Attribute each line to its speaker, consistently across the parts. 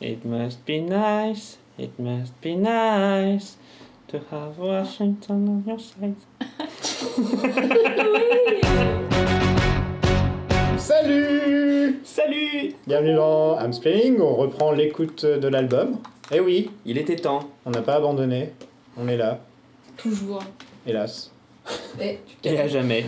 Speaker 1: It must be nice, it must be nice to have Washington on your side.
Speaker 2: Salut
Speaker 1: Salut
Speaker 2: Bienvenue dans Hamsplaying, on reprend l'écoute de l'album. Eh oui,
Speaker 1: Il était temps.
Speaker 2: on n'a pas abandonné, on est là,
Speaker 3: Toujours.
Speaker 2: hélas.
Speaker 1: Eh,
Speaker 3: Et tu
Speaker 1: Et à jamais.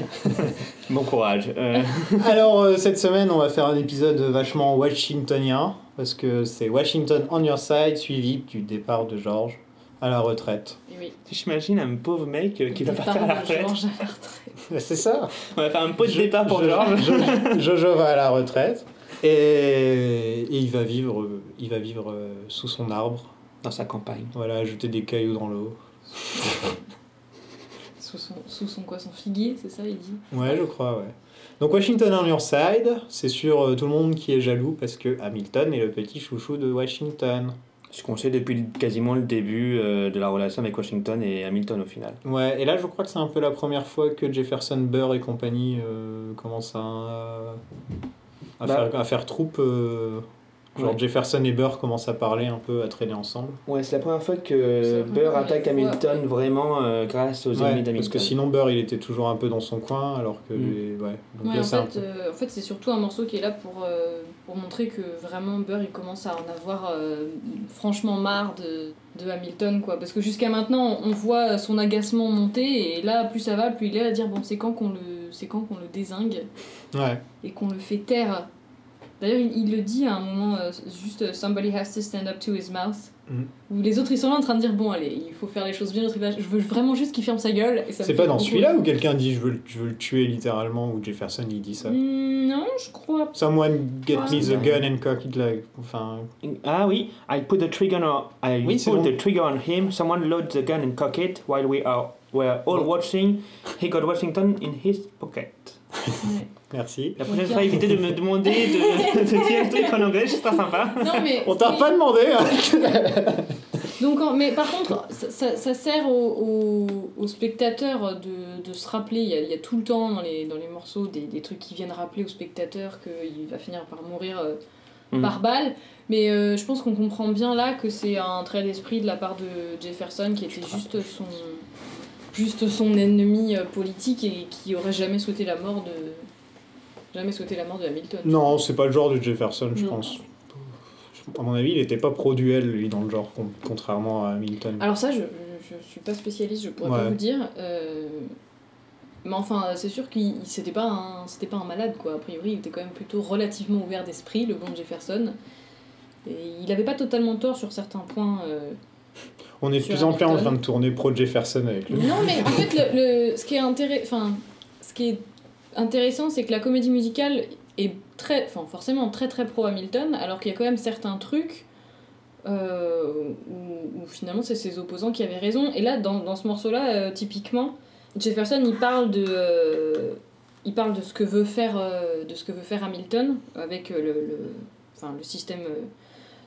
Speaker 1: bon courage. Euh,
Speaker 2: Alors euh, cette semaine, on va faire un épisode vachement washingtonien, parce que c'est Washington on your side, suivi du départ de George à la retraite.
Speaker 3: oui.
Speaker 1: J'imagine un pauvre mec euh, qui va partir à la retraite.
Speaker 3: Georges à la retraite.
Speaker 2: C'est ça
Speaker 1: On va faire un pot de
Speaker 2: Je-
Speaker 1: départ pour
Speaker 2: je-
Speaker 1: Georges.
Speaker 2: je- Jojo va à la retraite, et, et il va vivre, il va vivre euh, sous son arbre,
Speaker 1: Dans sa campagne.
Speaker 2: voilà, jeter des cailloux dans l'eau.
Speaker 3: Sous son, sous son quoi Son figuier, c'est ça, il dit
Speaker 2: Ouais, je crois, ouais. Donc Washington on your side, c'est sûr euh, tout le monde qui est jaloux parce que Hamilton est le petit chouchou de Washington.
Speaker 1: Ce qu'on sait depuis le- quasiment le début euh, de la relation avec Washington et Hamilton au final.
Speaker 2: Ouais, et là je crois que c'est un peu la première fois que Jefferson Burr et compagnie euh, commencent à,
Speaker 1: Bah.
Speaker 2: à, faire, à faire troupe. euh, genre
Speaker 1: Ouais.
Speaker 2: Jefferson et Burr commencent à parler un peu, à traîner ensemble.
Speaker 1: Ouais, c'est la première fois
Speaker 3: C'est
Speaker 1: que
Speaker 3: la
Speaker 1: Burr
Speaker 3: première
Speaker 1: attaque
Speaker 3: fois.
Speaker 1: Hamilton vraiment euh, grâce aux
Speaker 2: Ouais,
Speaker 1: ennemis
Speaker 2: parce que
Speaker 1: d'Hamilton.
Speaker 2: sinon Burr il était toujours un peu dans son coin alors que...
Speaker 1: Mm.
Speaker 2: les- ouais, donc
Speaker 3: Ouais,
Speaker 2: là,
Speaker 3: en
Speaker 2: c'est un
Speaker 3: fait, euh, en fait c'est surtout un morceau qui est là pour, euh, pour montrer que vraiment Burr il commence à en avoir euh, franchement marre de, de Hamilton quoi. Parce que jusqu'à maintenant on voit son agacement monter et là plus ça va plus il est à dire bon c'est quand qu'on le c'est quand qu'on le désingue
Speaker 2: peu- ouais.
Speaker 3: et qu'on le fait taire. D'ailleurs il, il le dit à un moment euh, juste euh, somebody has to stand up to his mouth.
Speaker 2: Mhm.
Speaker 3: Où les autres ils sont là en train de dire bon allez il faut faire les choses bien l'autre, il va- je veux vraiment juste qu'il ferme sa gueule. et ça me fait
Speaker 2: C'est pas dans
Speaker 3: beaucoup-
Speaker 2: celui-là où quelqu'un dit je veux, le- je veux le tuer littéralement ou Jefferson il dit ça
Speaker 3: Hmm, Non je crois
Speaker 2: Someone get
Speaker 3: Ah,
Speaker 2: me the
Speaker 1: ouais.
Speaker 2: gun and cock it like. Enfin,
Speaker 1: Ah oui, I put the trigger on, I
Speaker 2: Oui, c'est
Speaker 1: put
Speaker 2: bon.
Speaker 1: the trigger on him. Someone load the gun and cock it while we are were all watching. He got Washington in his pocket.
Speaker 3: Ouais.
Speaker 2: merci.
Speaker 1: La prochaine fois, évitez de me demander de, de dire un truc en anglais, c'est pas sympa.
Speaker 3: Non mais.
Speaker 2: On t'a
Speaker 3: mais-
Speaker 2: pas demandé hein
Speaker 3: Donc, en- mais par contre, ça, ça- ça sert aux, aux- aux spectateurs de, de se rappeler. Il y, a, il y a tout le temps dans les, dans les morceaux des, des trucs qui viennent rappeler aux spectateurs qu'il va finir par mourir euh,
Speaker 1: Mm.
Speaker 3: par balle. Mais euh, je pense qu'on comprend bien là que c'est un trait d'esprit de la part de Jefferson qui était juste son juste son ennemi euh, politique et qui aurait jamais souhaité la mort de jamais souhaité la mort de Hamilton.
Speaker 2: Non, c'est pas le genre de Jefferson, je
Speaker 3: Non.
Speaker 2: pense. Je- À mon avis, il était pas pro-duel, lui, dans le genre, con- contrairement à Hamilton.
Speaker 3: Alors ça, je, je, je suis pas spécialiste, je pourrais
Speaker 2: Ouais.
Speaker 3: pas vous dire. euh, mais enfin, c'est sûr qu'il il- c'était pas un c'était pas un malade quoi. A priori, il était quand même plutôt relativement ouvert d'esprit, le bon Jefferson. Et il avait pas totalement tort sur certains points. euh.
Speaker 2: On est de
Speaker 3: Sur
Speaker 2: plus en plus en
Speaker 3: Hamilton.
Speaker 2: train de tourner pro-Jefferson avec le.
Speaker 3: Non, mais en fait, le, le- ce qui est intéressant, enfin, ce qui est intéressant, c'est que la comédie musicale est très, enfin, forcément très très pro Hamilton, alors qu'il y a quand même certains trucs. euh, où, où finalement c'est ses opposants qui avaient raison. Et là, dans, dans ce morceau-là, euh, typiquement, Jefferson il parle de, euh, il parle de ce que veut faire, euh, de ce que veut faire Hamilton avec euh, le, le- enfin, le système euh,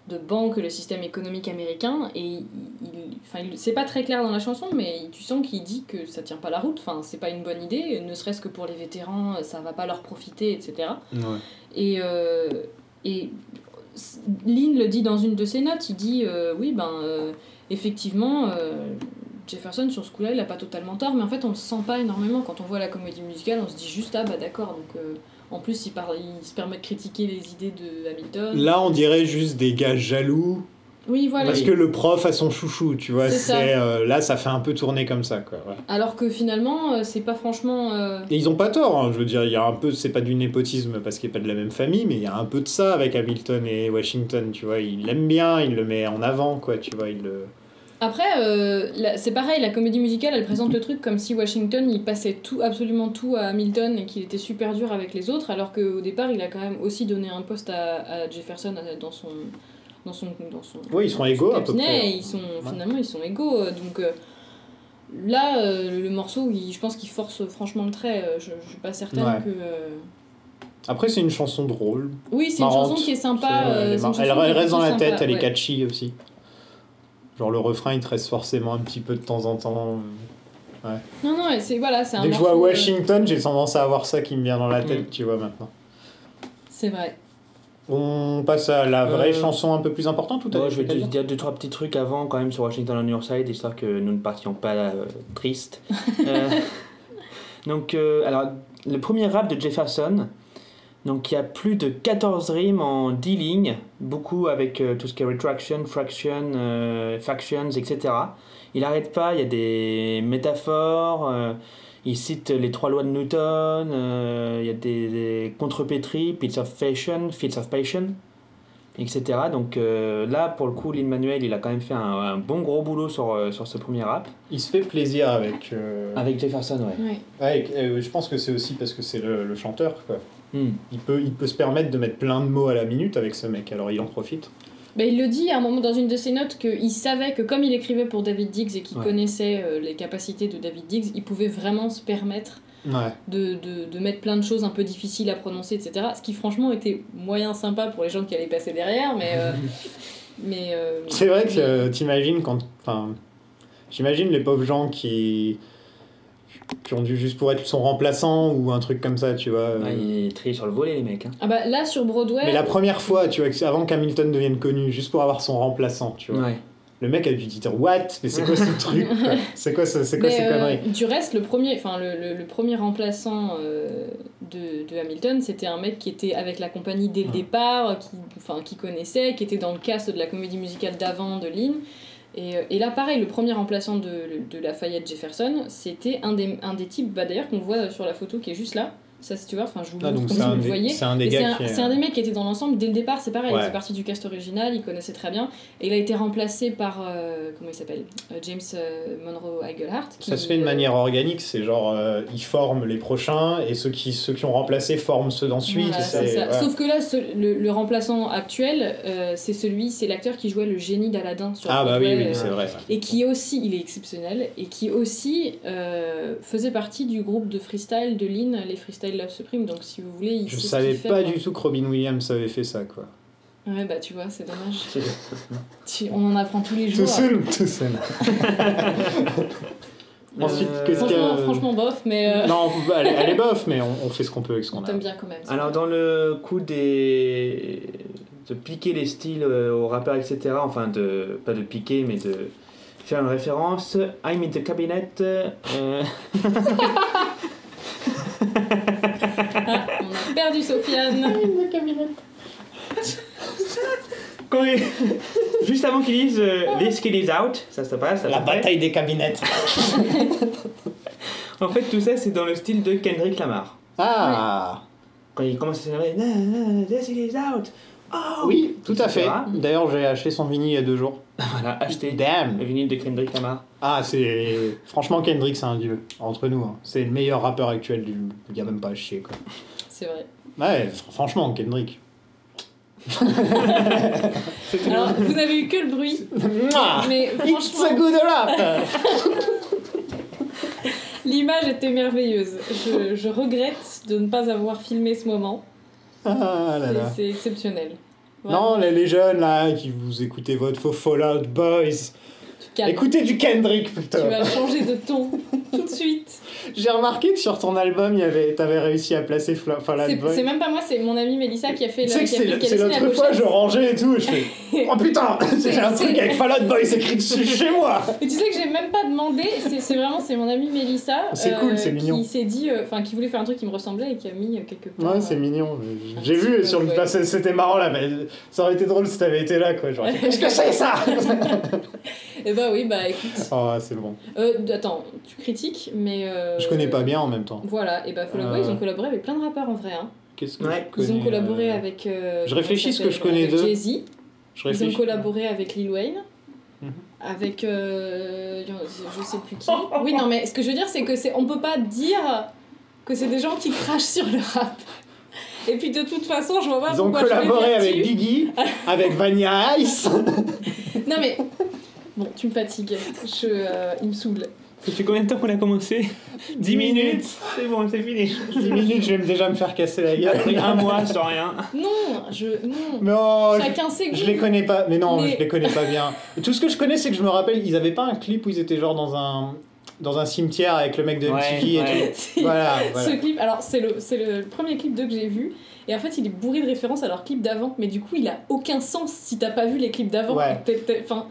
Speaker 3: de banque, le système économique américain. Et il, il- enfin, il- c'est pas très clair dans la chanson, mais il- tu sens qu'il dit que ça tient pas la route. Enfin, c'est pas une bonne idée, ne serait-ce que pour les vétérans, ça va pas leur profiter, etc.
Speaker 2: Ouais.
Speaker 3: Et, euh, et s- Lynn le dit dans une de ses notes, il dit euh, oui, ben euh, effectivement, euh, Jefferson sur ce coup-là, il a pas totalement tort, mais en fait on le sent pas énormément. Quand on voit la comédie musicale, on se dit juste ah bah d'accord, donc euh, en plus il, parle, il se permet de critiquer les idées de Hamilton.
Speaker 2: Là, bah, on dirait juste des gars jaloux
Speaker 3: Oui, voilà.
Speaker 2: parce que le prof a son chouchou, tu vois.
Speaker 3: C'est ça.
Speaker 2: C'est euh, là, ça fait un peu tourner comme ça, quoi. ouais.
Speaker 3: Alors que finalement, euh, c'est pas franchement. euh,
Speaker 2: Et ils ont pas tort, hein, je veux dire, il y a un peu, c'est pas du népotisme parce qu'il n'est pas de la même famille, mais il y a un peu de ça avec Hamilton et Washington, tu vois, il l'aime bien, il le met en avant, quoi, tu vois, il le...
Speaker 3: Après, euh, la- c'est pareil, la comédie musicale, elle présente le truc comme si Washington, il passait tout, absolument tout à Hamilton et qu'il était super dur avec les autres, alors qu'au départ, il a quand même aussi donné un poste à, à Jefferson à- dans son... Dans son, dans son
Speaker 2: Oui, ils sont
Speaker 3: dans son
Speaker 2: égaux, à peu
Speaker 3: cabinet,
Speaker 2: près. hein.
Speaker 3: et Ils sont, Finalement, ils sont égaux. euh, Donc euh, là, euh, le morceau, il- je pense qu'il force euh, franchement le trait. euh, Je, je suis pas certaine
Speaker 2: Ouais.
Speaker 3: que... euh,
Speaker 2: Après, c'est une chanson drôle.
Speaker 3: Oui, c'est une
Speaker 2: Marrante.
Speaker 3: chanson qui est sympa.
Speaker 2: C'est, euh,
Speaker 3: euh,
Speaker 2: elle est
Speaker 3: c'est une
Speaker 2: mar-
Speaker 3: chanson
Speaker 2: elle
Speaker 3: qui est
Speaker 2: reste dans la
Speaker 3: plutôt
Speaker 2: tête,
Speaker 3: sympa,
Speaker 2: elle est
Speaker 3: ouais.
Speaker 2: catchy aussi. Genre, le refrain, il te reste forcément un petit peu de temps en temps.
Speaker 3: Non, non, et c'est voilà, c'est un
Speaker 2: Dès que je vois
Speaker 3: morceau, euh, Mm.
Speaker 2: Washington, j'ai tendance à avoir ça qui me vient dans la tête, tu vois, maintenant.
Speaker 3: C'est vrai.
Speaker 2: On passe à la vraie
Speaker 1: Euh,
Speaker 2: chanson un peu plus importante ou t'as
Speaker 1: Bon,
Speaker 2: des
Speaker 1: je vais
Speaker 2: trucs à
Speaker 1: juste
Speaker 2: dire
Speaker 1: dire deux trois petits trucs avant quand même sur Washington on Your Side histoire que nous ne partions pas euh, tristes. Euh, donc euh, alors le premier rap de Jefferson donc il y a plus de 14 rimes en 10 lignes, beaucoup avec euh, tout ce qui est retraction, fraction, euh, factions, etc. Il n'arrête pas, il y a des métaphores, euh, il cite les trois lois de Newton, euh, il y a des, des contrepétries, Pits of Fashion, Fields of Passion, etc. Donc euh, là, pour le coup, Lin-Manuel, il a quand même fait un, un bon gros boulot sur, euh, sur ce premier rap.
Speaker 2: Il se fait plaisir avec. euh,
Speaker 1: Avec Jefferson, ouais.
Speaker 3: Ouais.
Speaker 2: ouais, euh, je pense que c'est aussi parce que c'est le, le chanteur. Quoi.
Speaker 1: Hmm.
Speaker 2: Il peut, il peut se permettre de mettre plein de mots à la minute avec ce mec, alors il en profite.
Speaker 3: Ben, il le dit à un moment dans une de ses notes qu'il savait que comme il écrivait pour David Diggs et qu'il
Speaker 1: Ouais.
Speaker 3: connaissait euh, les capacités de David Diggs, il pouvait vraiment se permettre
Speaker 2: Ouais.
Speaker 3: de, de, de mettre plein de choses un peu difficiles à prononcer, etc. Ce qui franchement était moyen sympa pour les gens qui allaient passer derrière, mais... euh, mais euh,
Speaker 2: C'est vrai que
Speaker 3: mais-
Speaker 2: euh, t'imagines quand. Enfin. J'imagine les pauvres gens qui. qui ont dû juste pour être son remplaçant ou un truc comme ça, tu vois. euh.
Speaker 1: Ouais, il est trié sur le volet, les mecs. hein.
Speaker 3: Ah bah là sur Broadway...
Speaker 2: Mais la première fois, tu vois, que c'est avant qu'Hamilton devienne connu, juste pour avoir son remplaçant, tu vois.
Speaker 1: Ouais.
Speaker 2: Le mec a dû dire What Mais c'est quoi ce truc quoi C'est quoi, ce- c'est quoi
Speaker 3: Mais,
Speaker 2: ces
Speaker 3: euh,
Speaker 2: conneries
Speaker 3: Du reste, le premier, enfin, le, le- le premier remplaçant euh, de, de Hamilton, c'était un mec qui était avec la compagnie dès le
Speaker 2: Ouais.
Speaker 3: départ, euh, qui, enfin, qui connaissait, qui était dans le cast de la comédie musicale d'avant de Lynn. Et, euh, et là, pareil, le premier remplaçant de, de Lafayette Jefferson, c'était un des, un des types, bah, d'ailleurs, qu'on voit sur la photo qui est juste là. Ça, si tu vois, enfin, je vous
Speaker 2: Ah,
Speaker 3: montre
Speaker 2: donc
Speaker 3: comme
Speaker 2: c'est
Speaker 3: ça,
Speaker 2: un,
Speaker 3: vous
Speaker 2: des-
Speaker 3: voyez.
Speaker 2: c'est un des
Speaker 3: Et C'est
Speaker 2: gars
Speaker 3: un,
Speaker 2: qui. est-
Speaker 3: c'est un des mecs qui était dans l'ensemble dès le départ, c'est pareil,
Speaker 2: Ouais.
Speaker 3: il faisait partie du cast original, il connaissait très bien, et il a été remplacé par, euh, comment il s'appelle Euh, James euh, Monroe euh, Heigelhart.
Speaker 2: Ça se fait de manière organique, c'est genre euh, ils forment les prochains et ceux qui, ceux qui ont remplacé forment ceux d'ensuite.
Speaker 3: Voilà,
Speaker 2: c'est-
Speaker 3: c'est ça.
Speaker 2: ouais.
Speaker 3: Sauf que là, ce- le, le remplaçant actuel, euh, c'est celui, c'est l'acteur qui jouait le génie d'Aladin sur
Speaker 2: Ah bah oui,
Speaker 3: Broadway,
Speaker 2: oui,
Speaker 3: euh,
Speaker 2: c'est vrai.
Speaker 3: Et qui aussi, il est exceptionnel, et qui aussi euh, faisait partie du groupe de freestyle de Lynn, les Freestyle Love Supreme. Donc si vous voulez, il
Speaker 2: Je
Speaker 3: sait ce
Speaker 2: savais
Speaker 3: qu'il fait,
Speaker 2: pas
Speaker 3: quoi.
Speaker 2: du tout que Robin Williams avait fait ça, quoi.
Speaker 3: Ouais, bah tu vois, c'est dommage. Tu- on en apprend tous les
Speaker 2: Tout
Speaker 3: jours.
Speaker 2: seul, tout seul. Ensuite,
Speaker 1: Euh,
Speaker 2: qu'est-ce qu'il y a
Speaker 3: Franchement, franchement bof, mais euh,
Speaker 2: Non, elle, est- elle est bof, mais on, on fait ce qu'on peut avec ce
Speaker 3: on
Speaker 2: qu'on a.
Speaker 3: t'aime bien quand même.
Speaker 1: Alors dans le coup des de piquer les styles euh, aux rappeurs etc. Enfin de pas de piquer mais de faire une référence. I'm in the cabinet. euh,
Speaker 3: Ah, on a perdu Sofiane.
Speaker 1: quand il- Juste avant qu'ils disent euh, This kid is out, ça se passe. ça se fait.
Speaker 2: des cabinets.
Speaker 1: En fait tout ça c'est dans le style de Kendrick Lamar.
Speaker 2: Ah
Speaker 1: Quand il commence à s'énerver, Nah, nah, This kid is out. Oh
Speaker 2: oui, tout à
Speaker 1: etc.
Speaker 2: fait. D'ailleurs, j'ai acheté son vinyle il y a deux jours.
Speaker 1: Voilà, acheter le
Speaker 2: Damn.
Speaker 1: vinyle de Kendrick Lamar.
Speaker 2: Ah, c'est franchement Kendrick, c'est un dieu. Entre nous, hein. c'est le meilleur rappeur actuel du. Il y a même pas à chier quoi.
Speaker 3: C'est vrai.
Speaker 2: Ouais, fr- franchement, Kendrick.
Speaker 3: Alors, vous n'avez eu que le bruit,
Speaker 2: Mouah
Speaker 3: mais
Speaker 2: It's a
Speaker 3: franchement,
Speaker 2: good rap.
Speaker 3: l'image était merveilleuse. Je, je regrette de ne pas avoir filmé ce moment.
Speaker 2: Ah là
Speaker 3: C'est-
Speaker 2: là.
Speaker 3: C'est exceptionnel. Voilà.
Speaker 2: Non, les, les jeunes là qui vous écoutez votre faux Fallout Boys,
Speaker 3: tu, te calmes.
Speaker 2: écoutez du Kendrick
Speaker 3: tu
Speaker 2: plutôt.
Speaker 3: vas changer de ton tout de suite.
Speaker 2: J'ai remarqué que sur ton album, il y avait, t'avais réussi à placer Fla- Fallout
Speaker 3: C'est
Speaker 2: Boy.
Speaker 3: c'est même pas moi, c'est mon amie Mélissa qui a fait
Speaker 2: Tu
Speaker 3: la qui a fait-
Speaker 2: sais que c'est
Speaker 3: qui a
Speaker 2: c'est
Speaker 3: dessiné
Speaker 2: l'autre
Speaker 3: la
Speaker 2: fois,
Speaker 3: pochette.
Speaker 2: je rangeais et tout, et je fais Oh putain, j'ai un truc avec Fallout Boy, c'est écrit dessus chez moi
Speaker 3: Mais tu sais que j'ai même pas demandé, c'est c'est vraiment c'est mon amie Mélissa
Speaker 2: C'est cool, c'est mignon.
Speaker 3: qui s'est dit, euh, enfin qui voulait faire un truc qui me ressemblait et qui a mis euh, quelque part.
Speaker 2: Ouais, c'est
Speaker 3: euh,
Speaker 2: mignon.
Speaker 3: Un
Speaker 2: J'ai
Speaker 3: petit
Speaker 2: vu
Speaker 3: peu,
Speaker 2: sur le.
Speaker 3: ouais.
Speaker 2: enfin, c'est- C'était marrant là, mais ça aurait été drôle si t'avais été là, quoi. Genre, qu'est-ce que c'est ça
Speaker 3: Et bah oui, bah écoute.
Speaker 2: Oh, c'est bon.
Speaker 3: Euh, d- attends, tu critiques, mais. euh,
Speaker 2: Je connais pas bien en même temps.
Speaker 3: Voilà, et bah Fall Out Boy,
Speaker 2: Euh.
Speaker 3: ils ont collaboré avec plein de rappeurs en vrai. Hein.
Speaker 2: Qu'est-ce que
Speaker 1: Ouais.
Speaker 2: je
Speaker 3: Ils ont
Speaker 2: connais,
Speaker 3: collaboré
Speaker 2: euh,
Speaker 3: avec. euh,
Speaker 2: je réfléchis ce que je
Speaker 3: comment il
Speaker 2: connais
Speaker 3: s'appelle,
Speaker 2: d'eux.
Speaker 3: avec Jay-Z.
Speaker 2: Je
Speaker 3: Ils ont
Speaker 2: réfléchis.
Speaker 3: collaboré avec Lil Wayne.
Speaker 2: Mhm.
Speaker 3: Avec. euh, je sais plus qui. Oui, non, mais ce que je veux dire, c'est que c'est. On peut pas dire que c'est des gens qui crachent sur le rap. Et puis de toute façon, je vois pas
Speaker 2: Ils ont
Speaker 3: pourquoi je vais
Speaker 2: collaboré
Speaker 3: venir
Speaker 2: avec
Speaker 3: dessus.
Speaker 2: Biggie, avec Vanilla Ice.
Speaker 3: Non, mais. Bon, tu me fatigues. Je, euh, il me saoule.
Speaker 1: Ça fait combien de temps qu'on a commencé 10 minutes. C'est bon, c'est fini.
Speaker 2: 10 minutes, je vais me- déjà me faire casser la
Speaker 1: Il a pris
Speaker 2: gueule.
Speaker 1: un mois sans rien.
Speaker 3: Non, je. Non.
Speaker 2: Non, Oh, je-
Speaker 3: Chacun ses goûts.
Speaker 2: Je les connais pas, mais non,
Speaker 3: Mais-
Speaker 2: je les connais pas bien. Tout ce que je connais, c'est que je me rappelle, ils avaient pas un clip où ils étaient genre dans un. dans un cimetière avec le mec de
Speaker 1: Ouais,
Speaker 2: MTV et
Speaker 1: ouais.
Speaker 2: tout.
Speaker 3: Si.
Speaker 2: Voilà,
Speaker 3: Ce
Speaker 2: voilà.
Speaker 3: clip, alors c'est le, c'est le premier clip d'eux que j'ai vu, et en fait il est bourré de références à leur clip d'avant, mais du coup il a aucun sens si t'as pas vu les clips d'avant.
Speaker 2: Ouais.
Speaker 3: Et t'es- t'es- Enfin,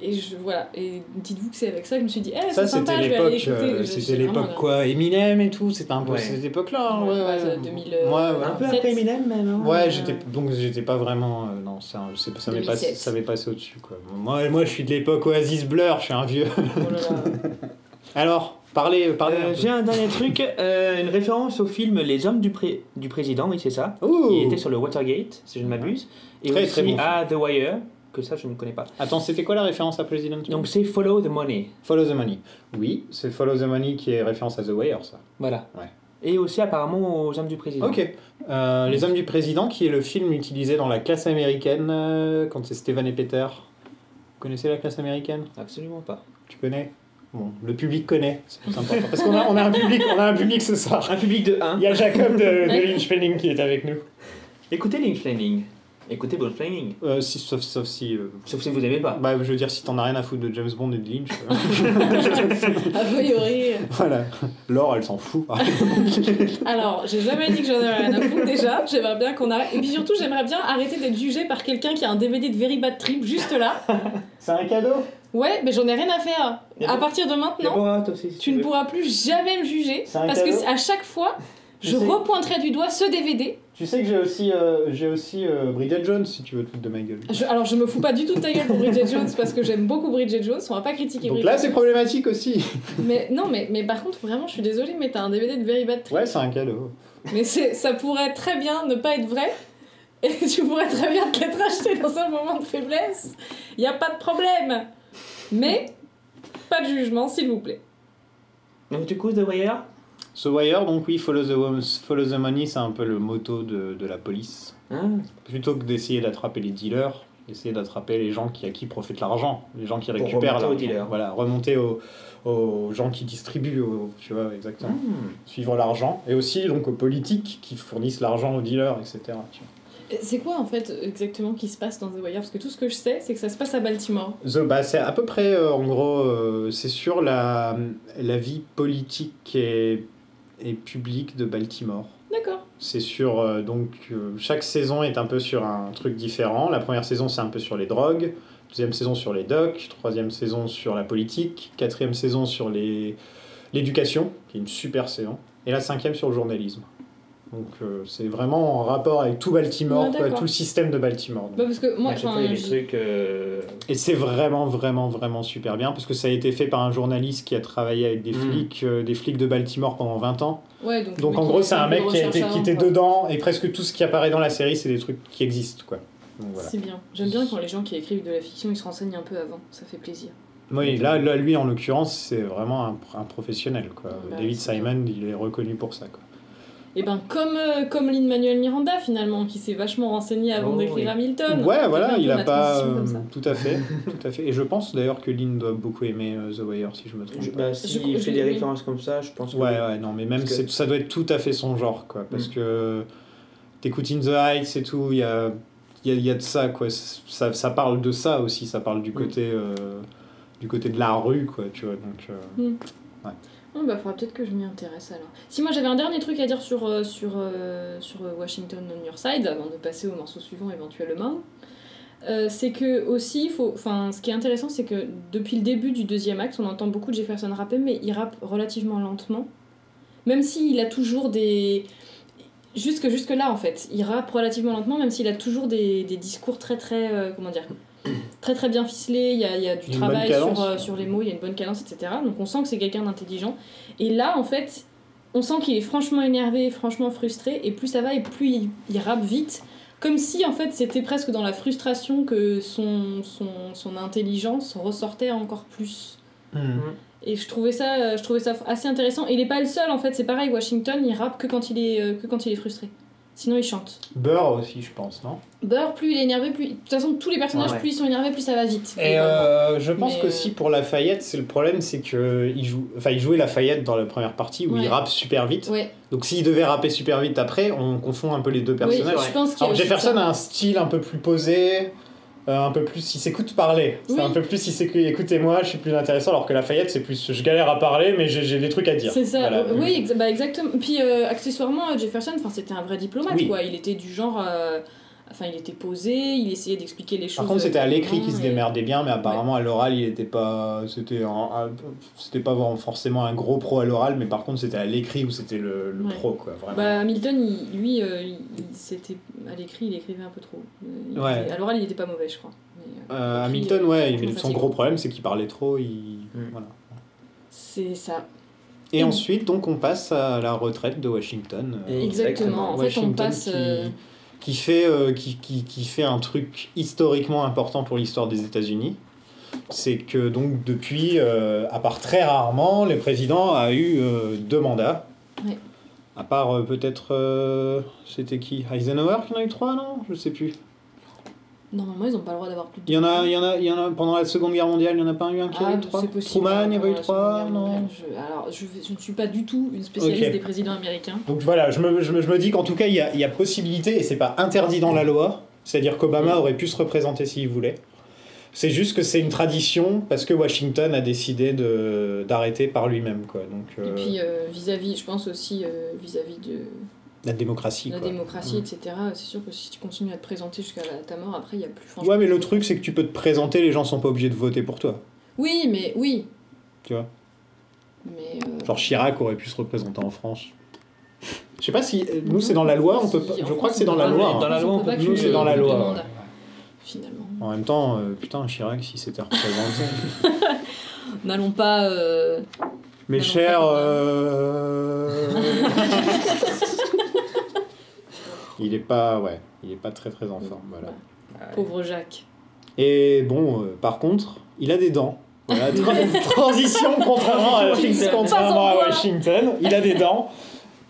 Speaker 3: et je, voilà, et dites-vous que c'est avec ça que je me suis dit, eh,
Speaker 2: Ça,
Speaker 3: c'est
Speaker 2: c'était
Speaker 3: sympa, je vais aller
Speaker 2: l'époque,
Speaker 3: écouter.
Speaker 2: euh,
Speaker 3: Je- j'ai
Speaker 2: c'était
Speaker 3: vraiment
Speaker 2: l'époque
Speaker 3: adoré.
Speaker 2: quoi, Eminem et tout, c'était un peu
Speaker 1: Ouais.
Speaker 2: cette époque-là. hein,
Speaker 3: Ouais,
Speaker 2: Ouais,
Speaker 3: ouais,
Speaker 2: ouais.
Speaker 3: 2000,
Speaker 2: Ouais,
Speaker 3: euh,
Speaker 2: ouais.
Speaker 1: Un peu
Speaker 3: Sept.
Speaker 1: après Eminem, même. hein.
Speaker 2: Ouais, j'étais donc j'étais pas vraiment euh, non, ça c'est- ça m'est passé
Speaker 3: 2007.
Speaker 2: ça m'est passé au-dessus quoi. Moi moi je suis de l'époque Oasis Blur, je suis un vieux.
Speaker 3: Oh là là.
Speaker 2: Alors, parlez parlez.
Speaker 1: Euh,
Speaker 2: un peu.
Speaker 1: J'ai un dernier truc, euh, une référence au film Les Hommes du, Pré- du Président, oui, c'est ça, qui
Speaker 2: Ouh.
Speaker 1: était sur le Watergate, si je ne m'abuse, et
Speaker 2: Très,
Speaker 1: aussi
Speaker 2: très bon
Speaker 1: à The Wire, que ça, je ne connais pas.
Speaker 2: Attends, c'était quoi la référence à President
Speaker 1: Donc, c'est Follow the Money,
Speaker 2: Follow the Money. Oui, c'est Follow the Money qui est référence à The Wire ça.
Speaker 1: voilà.
Speaker 2: Ouais.
Speaker 1: Et aussi, apparemment, aux Hommes du Président.
Speaker 2: OK. Euh, Les hommes du président qui est le film utilisé dans la classe américaine euh, quand c'est Stéphane et Peter. Vous connaissez la classe américaine
Speaker 1: Absolument pas.
Speaker 2: Tu connais Bon, le public connaît, c'est plus important parce qu'on a, on a un public, on a un public ce soir.
Speaker 1: Un public de 1.
Speaker 2: Il y a Jacob de, de Lynch Failing qui est avec nous.
Speaker 1: Écoutez Link Flaming. Écoutez Bone Flaming.
Speaker 2: Euh, si, sauf, sauf si. euh,
Speaker 1: Sauf si vous n'aimez pas.
Speaker 2: bah, je veux dire, si t'en as rien à foutre de James Bond et de Lynch. euh,
Speaker 3: A priori.
Speaker 2: voilà. Laure, elle s'en fout.
Speaker 3: Alors, j'ai jamais dit que j'en avais rien à foutre déjà. J'aimerais bien qu'on arrête. Et puis surtout, j'aimerais bien arrêter d'être jugé par quelqu'un qui a un DVD de Very Bad Trip juste là.
Speaker 2: C'est un cadeau
Speaker 3: Ouais, mais j'en ai rien à faire.
Speaker 1: Y a
Speaker 3: À
Speaker 1: pas-
Speaker 3: partir de
Speaker 1: C'est
Speaker 3: maintenant,
Speaker 1: bon, hein, toi aussi, si
Speaker 3: tu ne
Speaker 1: veux.
Speaker 3: pourras plus jamais me juger
Speaker 2: C'est un
Speaker 3: parce que
Speaker 2: cadeau.
Speaker 3: c'est- à chaque fois,
Speaker 2: Je
Speaker 3: je
Speaker 2: sais.
Speaker 3: repointerai du doigt ce DVD.
Speaker 2: Tu sais que j'ai aussi, euh, j'ai aussi euh, Bridget Jones si tu veux te foutre de ma gueule.
Speaker 3: Je- alors, je me fous pas du tout de ta gueule pour Bridget Jones parce que j'aime beaucoup Bridget Jones. On va pas critiquer
Speaker 2: Donc
Speaker 3: Bridget
Speaker 2: là, c'est
Speaker 3: Jones.
Speaker 2: problématique aussi.
Speaker 3: Mais non, mais, mais par contre, vraiment, je suis désolée, mais t'as un DVD de Very Bad Trip.
Speaker 2: Ouais, c'est un cadeau.
Speaker 3: Mais c'est- ça pourrait très bien ne pas être vrai. Et tu pourrais très bien te l'être acheté dans un moment de faiblesse. Il n'y a pas de problème. Mais pas de jugement, s'il vous plaît.
Speaker 1: Donc, du coup, The Wire
Speaker 2: Ce Wire, donc oui, Follow the, wo- follow the Money, c'est un peu le motto de, de la police.
Speaker 1: hein
Speaker 2: Plutôt que d'essayer d'attraper les dealers, essayer d'attraper les gens qui, à qui profite l'argent, les gens qui
Speaker 1: Pour
Speaker 2: récupèrent
Speaker 1: remonter
Speaker 2: l'argent.
Speaker 1: aux dealers.
Speaker 2: Voilà, remonter aux, aux gens qui distribuent, aux- tu vois, exactement.
Speaker 1: Hmm.
Speaker 2: suivre l'argent, et aussi donc aux politiques qui fournissent l'argent aux dealers, etc. tu vois.
Speaker 3: C'est quoi en fait exactement qui se passe dans The Wire Parce que tout ce que je sais, c'est que ça se passe à Baltimore.
Speaker 2: The- bah, c'est à peu près, euh, en gros, euh, c'est sur la, la vie politique et, et publique de Baltimore.
Speaker 3: D'accord.
Speaker 2: C'est sur, euh, donc, euh, chaque saison est un peu sur un truc différent. La première saison, c'est un peu sur les drogues. Deuxième saison, sur les docs. Troisième saison, sur la politique. Quatrième saison, sur les- l'éducation, qui est une super saison. Et la cinquième, sur le journalisme. Donc, euh, c'est vraiment en rapport avec tout Baltimore,
Speaker 3: Ouais,
Speaker 2: quoi,
Speaker 3: d'accord.
Speaker 2: tout le système de Baltimore. donc.
Speaker 3: Bah, parce que moi,
Speaker 1: À chaque
Speaker 3: enfin,
Speaker 1: fois, il y a des
Speaker 3: j'ai-
Speaker 1: trucs. euh,
Speaker 2: Et c'est vraiment, vraiment, vraiment super bien, parce que ça a été fait par un journaliste qui a travaillé avec des
Speaker 1: Mm.
Speaker 2: flics, euh, des flics de Baltimore pendant 20 ans.
Speaker 3: ouais, donc,
Speaker 2: Donc
Speaker 3: mais
Speaker 2: en
Speaker 3: qui
Speaker 2: gros,
Speaker 3: fait
Speaker 2: c'est un
Speaker 3: peu de
Speaker 2: mec qui, a été,
Speaker 3: recherche
Speaker 2: qui
Speaker 3: avant,
Speaker 2: était
Speaker 3: quoi.
Speaker 2: dedans, et presque tout ce qui apparaît dans la série, c'est des trucs qui existent, quoi. Donc voilà.
Speaker 3: C'est bien. J'aime bien quand les gens qui écrivent de la fiction, ils se renseignent un peu avant. Ça fait plaisir.
Speaker 2: Oui, là, là, lui, en l'occurrence, c'est vraiment un, pr- un professionnel, quoi.
Speaker 3: Bah,
Speaker 2: David
Speaker 3: c'est
Speaker 2: Simon, il est reconnu pour ça, quoi.
Speaker 3: Et ben comme euh, comme Lin-Manuel Miranda finalement, qui s'est vachement renseigné avant
Speaker 1: Oh, oui.
Speaker 3: d'écrire Hamilton.
Speaker 2: Ouais,
Speaker 3: fait
Speaker 2: voilà,
Speaker 3: un
Speaker 2: il
Speaker 3: peu
Speaker 2: a
Speaker 3: la
Speaker 2: pas...
Speaker 3: transition comme
Speaker 2: euh,
Speaker 3: ça.
Speaker 2: tout à fait, tout à fait. Et je pense, d'ailleurs, que Lynn doit beaucoup aimer euh, The Wire, si je me trompe
Speaker 1: je-
Speaker 2: pas.
Speaker 1: bah, si
Speaker 3: Je-
Speaker 1: il
Speaker 3: je-
Speaker 1: fait des
Speaker 3: oui.
Speaker 1: références comme ça, je pense que.
Speaker 2: Ouais, ouais, non, mais même
Speaker 1: Parce que-
Speaker 2: c'est- ça doit être tout à fait son genre, quoi. Parce
Speaker 1: Mm.
Speaker 2: que t'écoutes In the Heights et tout, il y a, il y, a, il y a de ça, quoi. C'est- Ça, ça parle de ça aussi, ça parle du
Speaker 1: Mm.
Speaker 2: côté, euh, du côté de la rue, quoi, tu vois. Donc, euh,
Speaker 3: Ah bah faudra peut-être que je m'y intéresse alors. Si moi j'avais un dernier truc à dire sur, euh, sur, euh, sur euh, Washington on Your Side, avant de passer au morceau suivant éventuellement, euh, c'est que aussi, il faut, enfin, ce qui est intéressant c'est que depuis le début du deuxième acte, on entend beaucoup de Jefferson rapper, mais il rappe relativement lentement. Même s'il a toujours des... Jusque, jusque là en fait, il rappe relativement lentement, même s'il a toujours des, des discours très très... euh, comment dire Très très bien ficelés, il y a, il y a du
Speaker 2: Il y a une
Speaker 3: travail
Speaker 2: bonne
Speaker 3: sur,
Speaker 2: cadence.
Speaker 3: euh, sur les mots, il y a une bonne cadence, etc. Donc on sent que c'est quelqu'un d'intelligent. Et là, en fait, on sent qu'il est franchement énervé, franchement frustré, et plus ça va, et plus il, il rappe vite. Comme si, en fait, c'était presque dans la frustration que son, son, son intelligence ressortait encore plus.
Speaker 2: euh. Mm.
Speaker 3: Et je trouvais ça, euh, je trouvais ça assez intéressant. Et il n'est pas le seul, en fait, c'est pareil, Washington, il rappe que quand il est, euh, que quand il est frustré. Sinon, il chante.
Speaker 2: Burr aussi, je pense, non
Speaker 3: Burr, plus il est énervé, plus. De toute façon, tous les personnages,
Speaker 1: Ouais, ouais.
Speaker 3: plus ils sont énervés, plus ça va vite.
Speaker 2: Et euh, je pense
Speaker 3: Mais,
Speaker 2: que si pour Lafayette, c'est le problème, c'est que il joue, enfin, il jouait Lafayette dans la première partie où il
Speaker 3: Ouais.
Speaker 2: rappe super vite.
Speaker 3: Ouais,
Speaker 2: Donc s'il devait rapper super vite après, on confond un peu les deux
Speaker 3: oui,
Speaker 2: personnages.
Speaker 1: ouais.
Speaker 3: je pense qu'il y a
Speaker 2: Alors
Speaker 3: aussi
Speaker 2: Jefferson
Speaker 3: ça.
Speaker 2: a un style un peu plus posé. euh, un peu plus, il s'écoute parler. C'est
Speaker 3: Oui.
Speaker 2: un peu plus, il s'écoute, écoutez-moi, je suis plus intéressant, alors que Lafayette, c'est plus, je galère à parler, mais j'ai j'ai des trucs à dire.
Speaker 3: C'est ça,
Speaker 2: Voilà.
Speaker 3: euh, oui, exa- bah, exactement. Puis euh, accessoirement, euh, Jefferson, enfin, c'était un vrai diplomate,
Speaker 2: Oui.
Speaker 3: quoi. Il était du genre. euh, Enfin, il était posé, il essayait d'expliquer les choses.
Speaker 2: Par contre, c'était à
Speaker 3: euh,
Speaker 2: l'écrit
Speaker 3: bien,
Speaker 2: qu'il se
Speaker 3: et-
Speaker 2: démerdait bien, mais apparemment à l'oral, il était pas. C'était un- un- c'était pas vraiment forcément un gros pro à l'oral, mais par contre, c'était à l'écrit où c'était le, le
Speaker 3: Ouais.
Speaker 2: pro, quoi, vraiment.
Speaker 3: Bah, Hamilton, il- lui, euh, il, il- c'était à l'écrit, il écrivait un peu trop. Euh, il
Speaker 2: Ouais.
Speaker 3: était- à l'oral, il était pas mauvais, je crois. Mais, euh,
Speaker 2: Euh,
Speaker 3: puis,
Speaker 2: Hamilton, ouais, il-
Speaker 3: je me
Speaker 2: son
Speaker 3: fatigue.
Speaker 2: gros problème, c'est qu'il parlait trop, il.
Speaker 1: Mm.
Speaker 2: Voilà.
Speaker 3: c'est ça.
Speaker 2: Et
Speaker 3: Mm.
Speaker 2: ensuite, donc, on passe à la retraite de Washington. euh,
Speaker 1: Et-
Speaker 3: Exactement. En fait, on
Speaker 2: Washington
Speaker 3: passe.
Speaker 2: qui-
Speaker 3: euh,
Speaker 2: qui, fait, euh, qui, qui, qui fait un truc historiquement important pour l'histoire des États-Unis. C'est que donc depuis, euh, à part très rarement, le président a eu euh, deux mandats.
Speaker 3: Ouais.
Speaker 2: À part euh, peut-être, euh, c'était qui Eisenhower qui en a eu trois, non Je sais plus.
Speaker 3: Normalement, ils ont pas le droit d'avoir plus de.
Speaker 2: Il y en a, il y en a, il y en a pendant la Seconde Guerre mondiale, il y en a pas eu un qui
Speaker 3: Ah,
Speaker 2: a eu trois.
Speaker 3: c'est possible.
Speaker 2: Truman, il y en a eu
Speaker 3: Pendant la
Speaker 2: trois,
Speaker 3: Seconde Guerre
Speaker 2: non
Speaker 3: mondiale, je- Alors, je, vais- je ne suis pas du tout une spécialiste
Speaker 2: Ok.
Speaker 3: des présidents américains.
Speaker 2: Donc voilà, je me, je me- je me dis qu'en tout cas, il y a, il y a possibilité, et c'est pas interdit dans la loi, c'est-à-dire
Speaker 3: Mm.
Speaker 2: qu'Obama aurait pu se représenter s'il voulait. C'est juste que c'est une tradition parce que Washington a décidé de- d'arrêter par lui-même, quoi. Donc
Speaker 3: Et
Speaker 2: euh,
Speaker 3: puis, euh, vis-à-vis, je pense aussi euh, vis-à-vis de.
Speaker 2: la démocratie,
Speaker 3: la
Speaker 2: quoi.
Speaker 3: démocratie,
Speaker 2: Mm.
Speaker 3: etc. C'est sûr que si tu continues à te présenter jusqu'à la- ta mort, après, il n'y a plus franchement.
Speaker 2: Ouais, mais le truc, c'est que tu peux te présenter, les gens sont pas obligés de voter pour toi.
Speaker 3: Oui, mais oui.
Speaker 2: Tu vois.
Speaker 3: Mais. euh,
Speaker 2: Genre Chirac aurait pu se représenter en France. Je sais pas si euh, nous
Speaker 3: Non,
Speaker 2: c'est dans la loi, on peut.
Speaker 3: si,
Speaker 2: pas-
Speaker 3: en
Speaker 2: Je crois
Speaker 3: France,
Speaker 2: que c'est dans
Speaker 3: on
Speaker 2: la
Speaker 3: peut
Speaker 2: loi. hein.
Speaker 3: pas-
Speaker 1: Dans la
Speaker 3: on
Speaker 1: loi, on
Speaker 3: peut
Speaker 1: peut
Speaker 3: pas
Speaker 1: plus,
Speaker 2: Nous
Speaker 3: cumuler
Speaker 2: c'est dans la
Speaker 3: les deux
Speaker 2: loi.
Speaker 3: mandats,
Speaker 2: ouais.
Speaker 3: Finalement.
Speaker 2: En même temps, euh, putain, Chirac, s'il s'était représenté.
Speaker 3: N'allons pas. euh,
Speaker 2: Mes
Speaker 3: Alors,
Speaker 2: chers.
Speaker 3: en fait,
Speaker 2: euh, il est pas, ouais, il est pas très très en forme, voilà.
Speaker 3: Pauvre Jacques.
Speaker 2: Et bon, euh, par contre, il a des dents. Voilà, tra- transition contrairement à,
Speaker 3: Washington.
Speaker 2: contrairement à
Speaker 3: Pas sans
Speaker 2: Washington, il a des dents.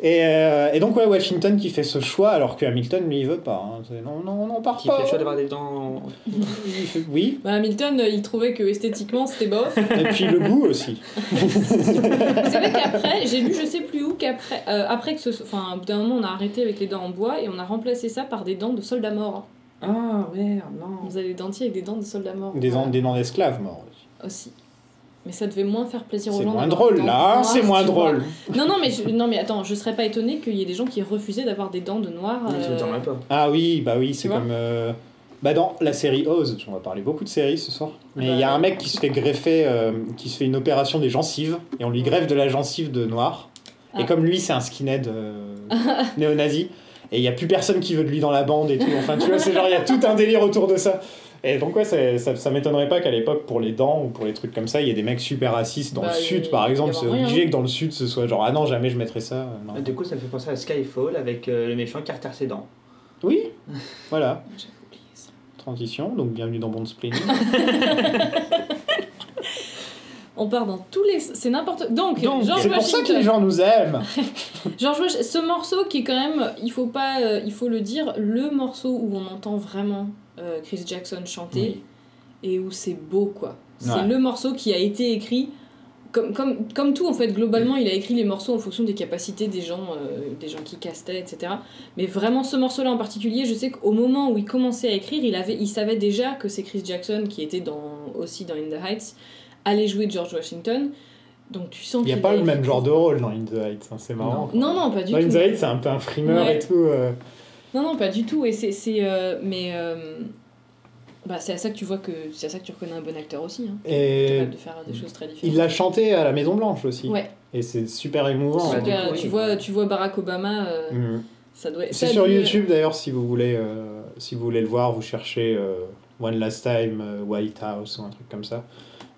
Speaker 2: Et, euh, et donc ouais, Washington qui fait ce choix alors que Hamilton lui il veut pas. hein. C'est, Non non non on part
Speaker 1: Qui
Speaker 2: pas.
Speaker 1: fait le choix d'avoir des dents.
Speaker 2: Il fait- oui.
Speaker 3: Bah, Hamilton, euh, il trouvait que esthétiquement, c'était bof.
Speaker 2: Et puis le goût aussi.
Speaker 3: C'est vrai qu'après, j'ai lu, je sais plus où, qu'après euh, après que ce soit. Enfin, au bout d'un moment, on a arrêté avec les dents en bois et on a remplacé ça par des dents de soldats morts.
Speaker 1: Ah merde, non.
Speaker 3: On faisait des dentiers avec des dents de soldats morts.
Speaker 2: Des, dents-
Speaker 3: Voilà.
Speaker 2: des dents d'esclaves morts. aussi.
Speaker 3: aussi. Mais ça devait moins faire plaisir aux gens.
Speaker 2: C'est moins
Speaker 3: d'avoir
Speaker 2: drôle
Speaker 3: des dents
Speaker 2: là, hein.
Speaker 3: noires,
Speaker 2: c'est moins
Speaker 3: tu vois.
Speaker 2: drôle.
Speaker 3: Non, non mais, je- non, mais attends, je serais pas étonnée qu'il y ait des gens qui refusaient d'avoir des dents de noir.
Speaker 1: Je
Speaker 3: euh,
Speaker 1: ne t'en pas.
Speaker 2: Ah oui, bah oui,
Speaker 3: Tu
Speaker 2: c'est
Speaker 3: vois
Speaker 2: comme. euh, Bah dans la série Oz, on va parler beaucoup de séries ce soir. Mais il
Speaker 3: Bah,
Speaker 2: y a un mec qui se fait greffer, euh, qui se fait une opération des gencives, et on lui greffe de la gencive de noir.
Speaker 3: Ah.
Speaker 2: Et comme lui, c'est un skinhead euh, néo-nazi, et il y a plus personne qui veut de lui dans la bande et tout. Enfin, tu vois, c'est genre, il y a tout un délire autour de ça. Et donc, ouais, ça, ça, ça m'étonnerait pas qu'à l'époque, pour les dents ou pour les trucs comme ça, il y ait des mecs super racistes dans
Speaker 3: Bah,
Speaker 2: le
Speaker 3: il-
Speaker 2: sud, par
Speaker 3: il y
Speaker 2: exemple.
Speaker 3: aura
Speaker 2: C'est
Speaker 3: rien. hein. Ah,
Speaker 2: obligé que dans le sud, ce soit genre, ah non, jamais je mettrais ça. euh, non.
Speaker 1: Du coup, ça me fait penser à Skyfall avec euh, le méchant qui retire ses dents.
Speaker 2: Oui, voilà.
Speaker 3: J'avais oublié ça.
Speaker 2: Transition, donc bienvenue dans Bond Splaining.
Speaker 3: On part dans tous les. C'est n'importe. Donc,
Speaker 2: Donc,
Speaker 3: George
Speaker 2: c'est pour ça que les
Speaker 3: Washington.
Speaker 2: gens nous aiment.
Speaker 3: George Wash- ce morceau qui est quand même, il faut pas, euh, il faut le dire, le morceau où on entend vraiment euh, Chris Jackson chanter. et où c'est beau quoi. C'est
Speaker 2: Ouais.
Speaker 3: le morceau qui a été écrit comme, comme, comme tout en fait globalement il a écrit les morceaux en fonction des capacités des gens euh, des gens qui castaient etc mais vraiment ce morceau là en particulier je sais qu'au moment où il commençait à écrire il avait il savait déjà que c'est Chris Jackson qui était dans aussi dans In the Heights allait jouer George Washington donc tu sens
Speaker 2: Il n'y a
Speaker 3: qu'il
Speaker 2: pas le
Speaker 3: écrit-
Speaker 2: même genre de rôle dans In the Heights, hein, c'est marrant. quoi.
Speaker 3: non non pas du
Speaker 2: Dans
Speaker 3: tout
Speaker 2: In the Heights, c'est un peu un frimeur
Speaker 3: Ouais.
Speaker 2: et tout. euh.
Speaker 3: Non, non, pas du tout. Et c'est, c'est, euh, mais euh, bah, c'est à ça que tu vois que c'est à ça que tu reconnais un bon acteur aussi. Hein.
Speaker 2: Et
Speaker 3: Capable de faire des choses très différentes.
Speaker 2: il l'a chanté à la Maison Blanche aussi.
Speaker 3: Ouais.
Speaker 2: Et c'est super émouvant.
Speaker 1: Bah,
Speaker 3: Super,
Speaker 1: du coup,
Speaker 3: tu
Speaker 1: oui.
Speaker 3: vois, tu vois Barack Obama, euh,
Speaker 2: Mm.
Speaker 3: ça euh, doit.
Speaker 2: C'est
Speaker 3: ça
Speaker 2: sur
Speaker 3: doit-
Speaker 2: YouTube d'ailleurs, si vous voulez, euh, si vous voulez le voir, vous cherchez euh, One Last Time euh, White House ou un truc comme ça.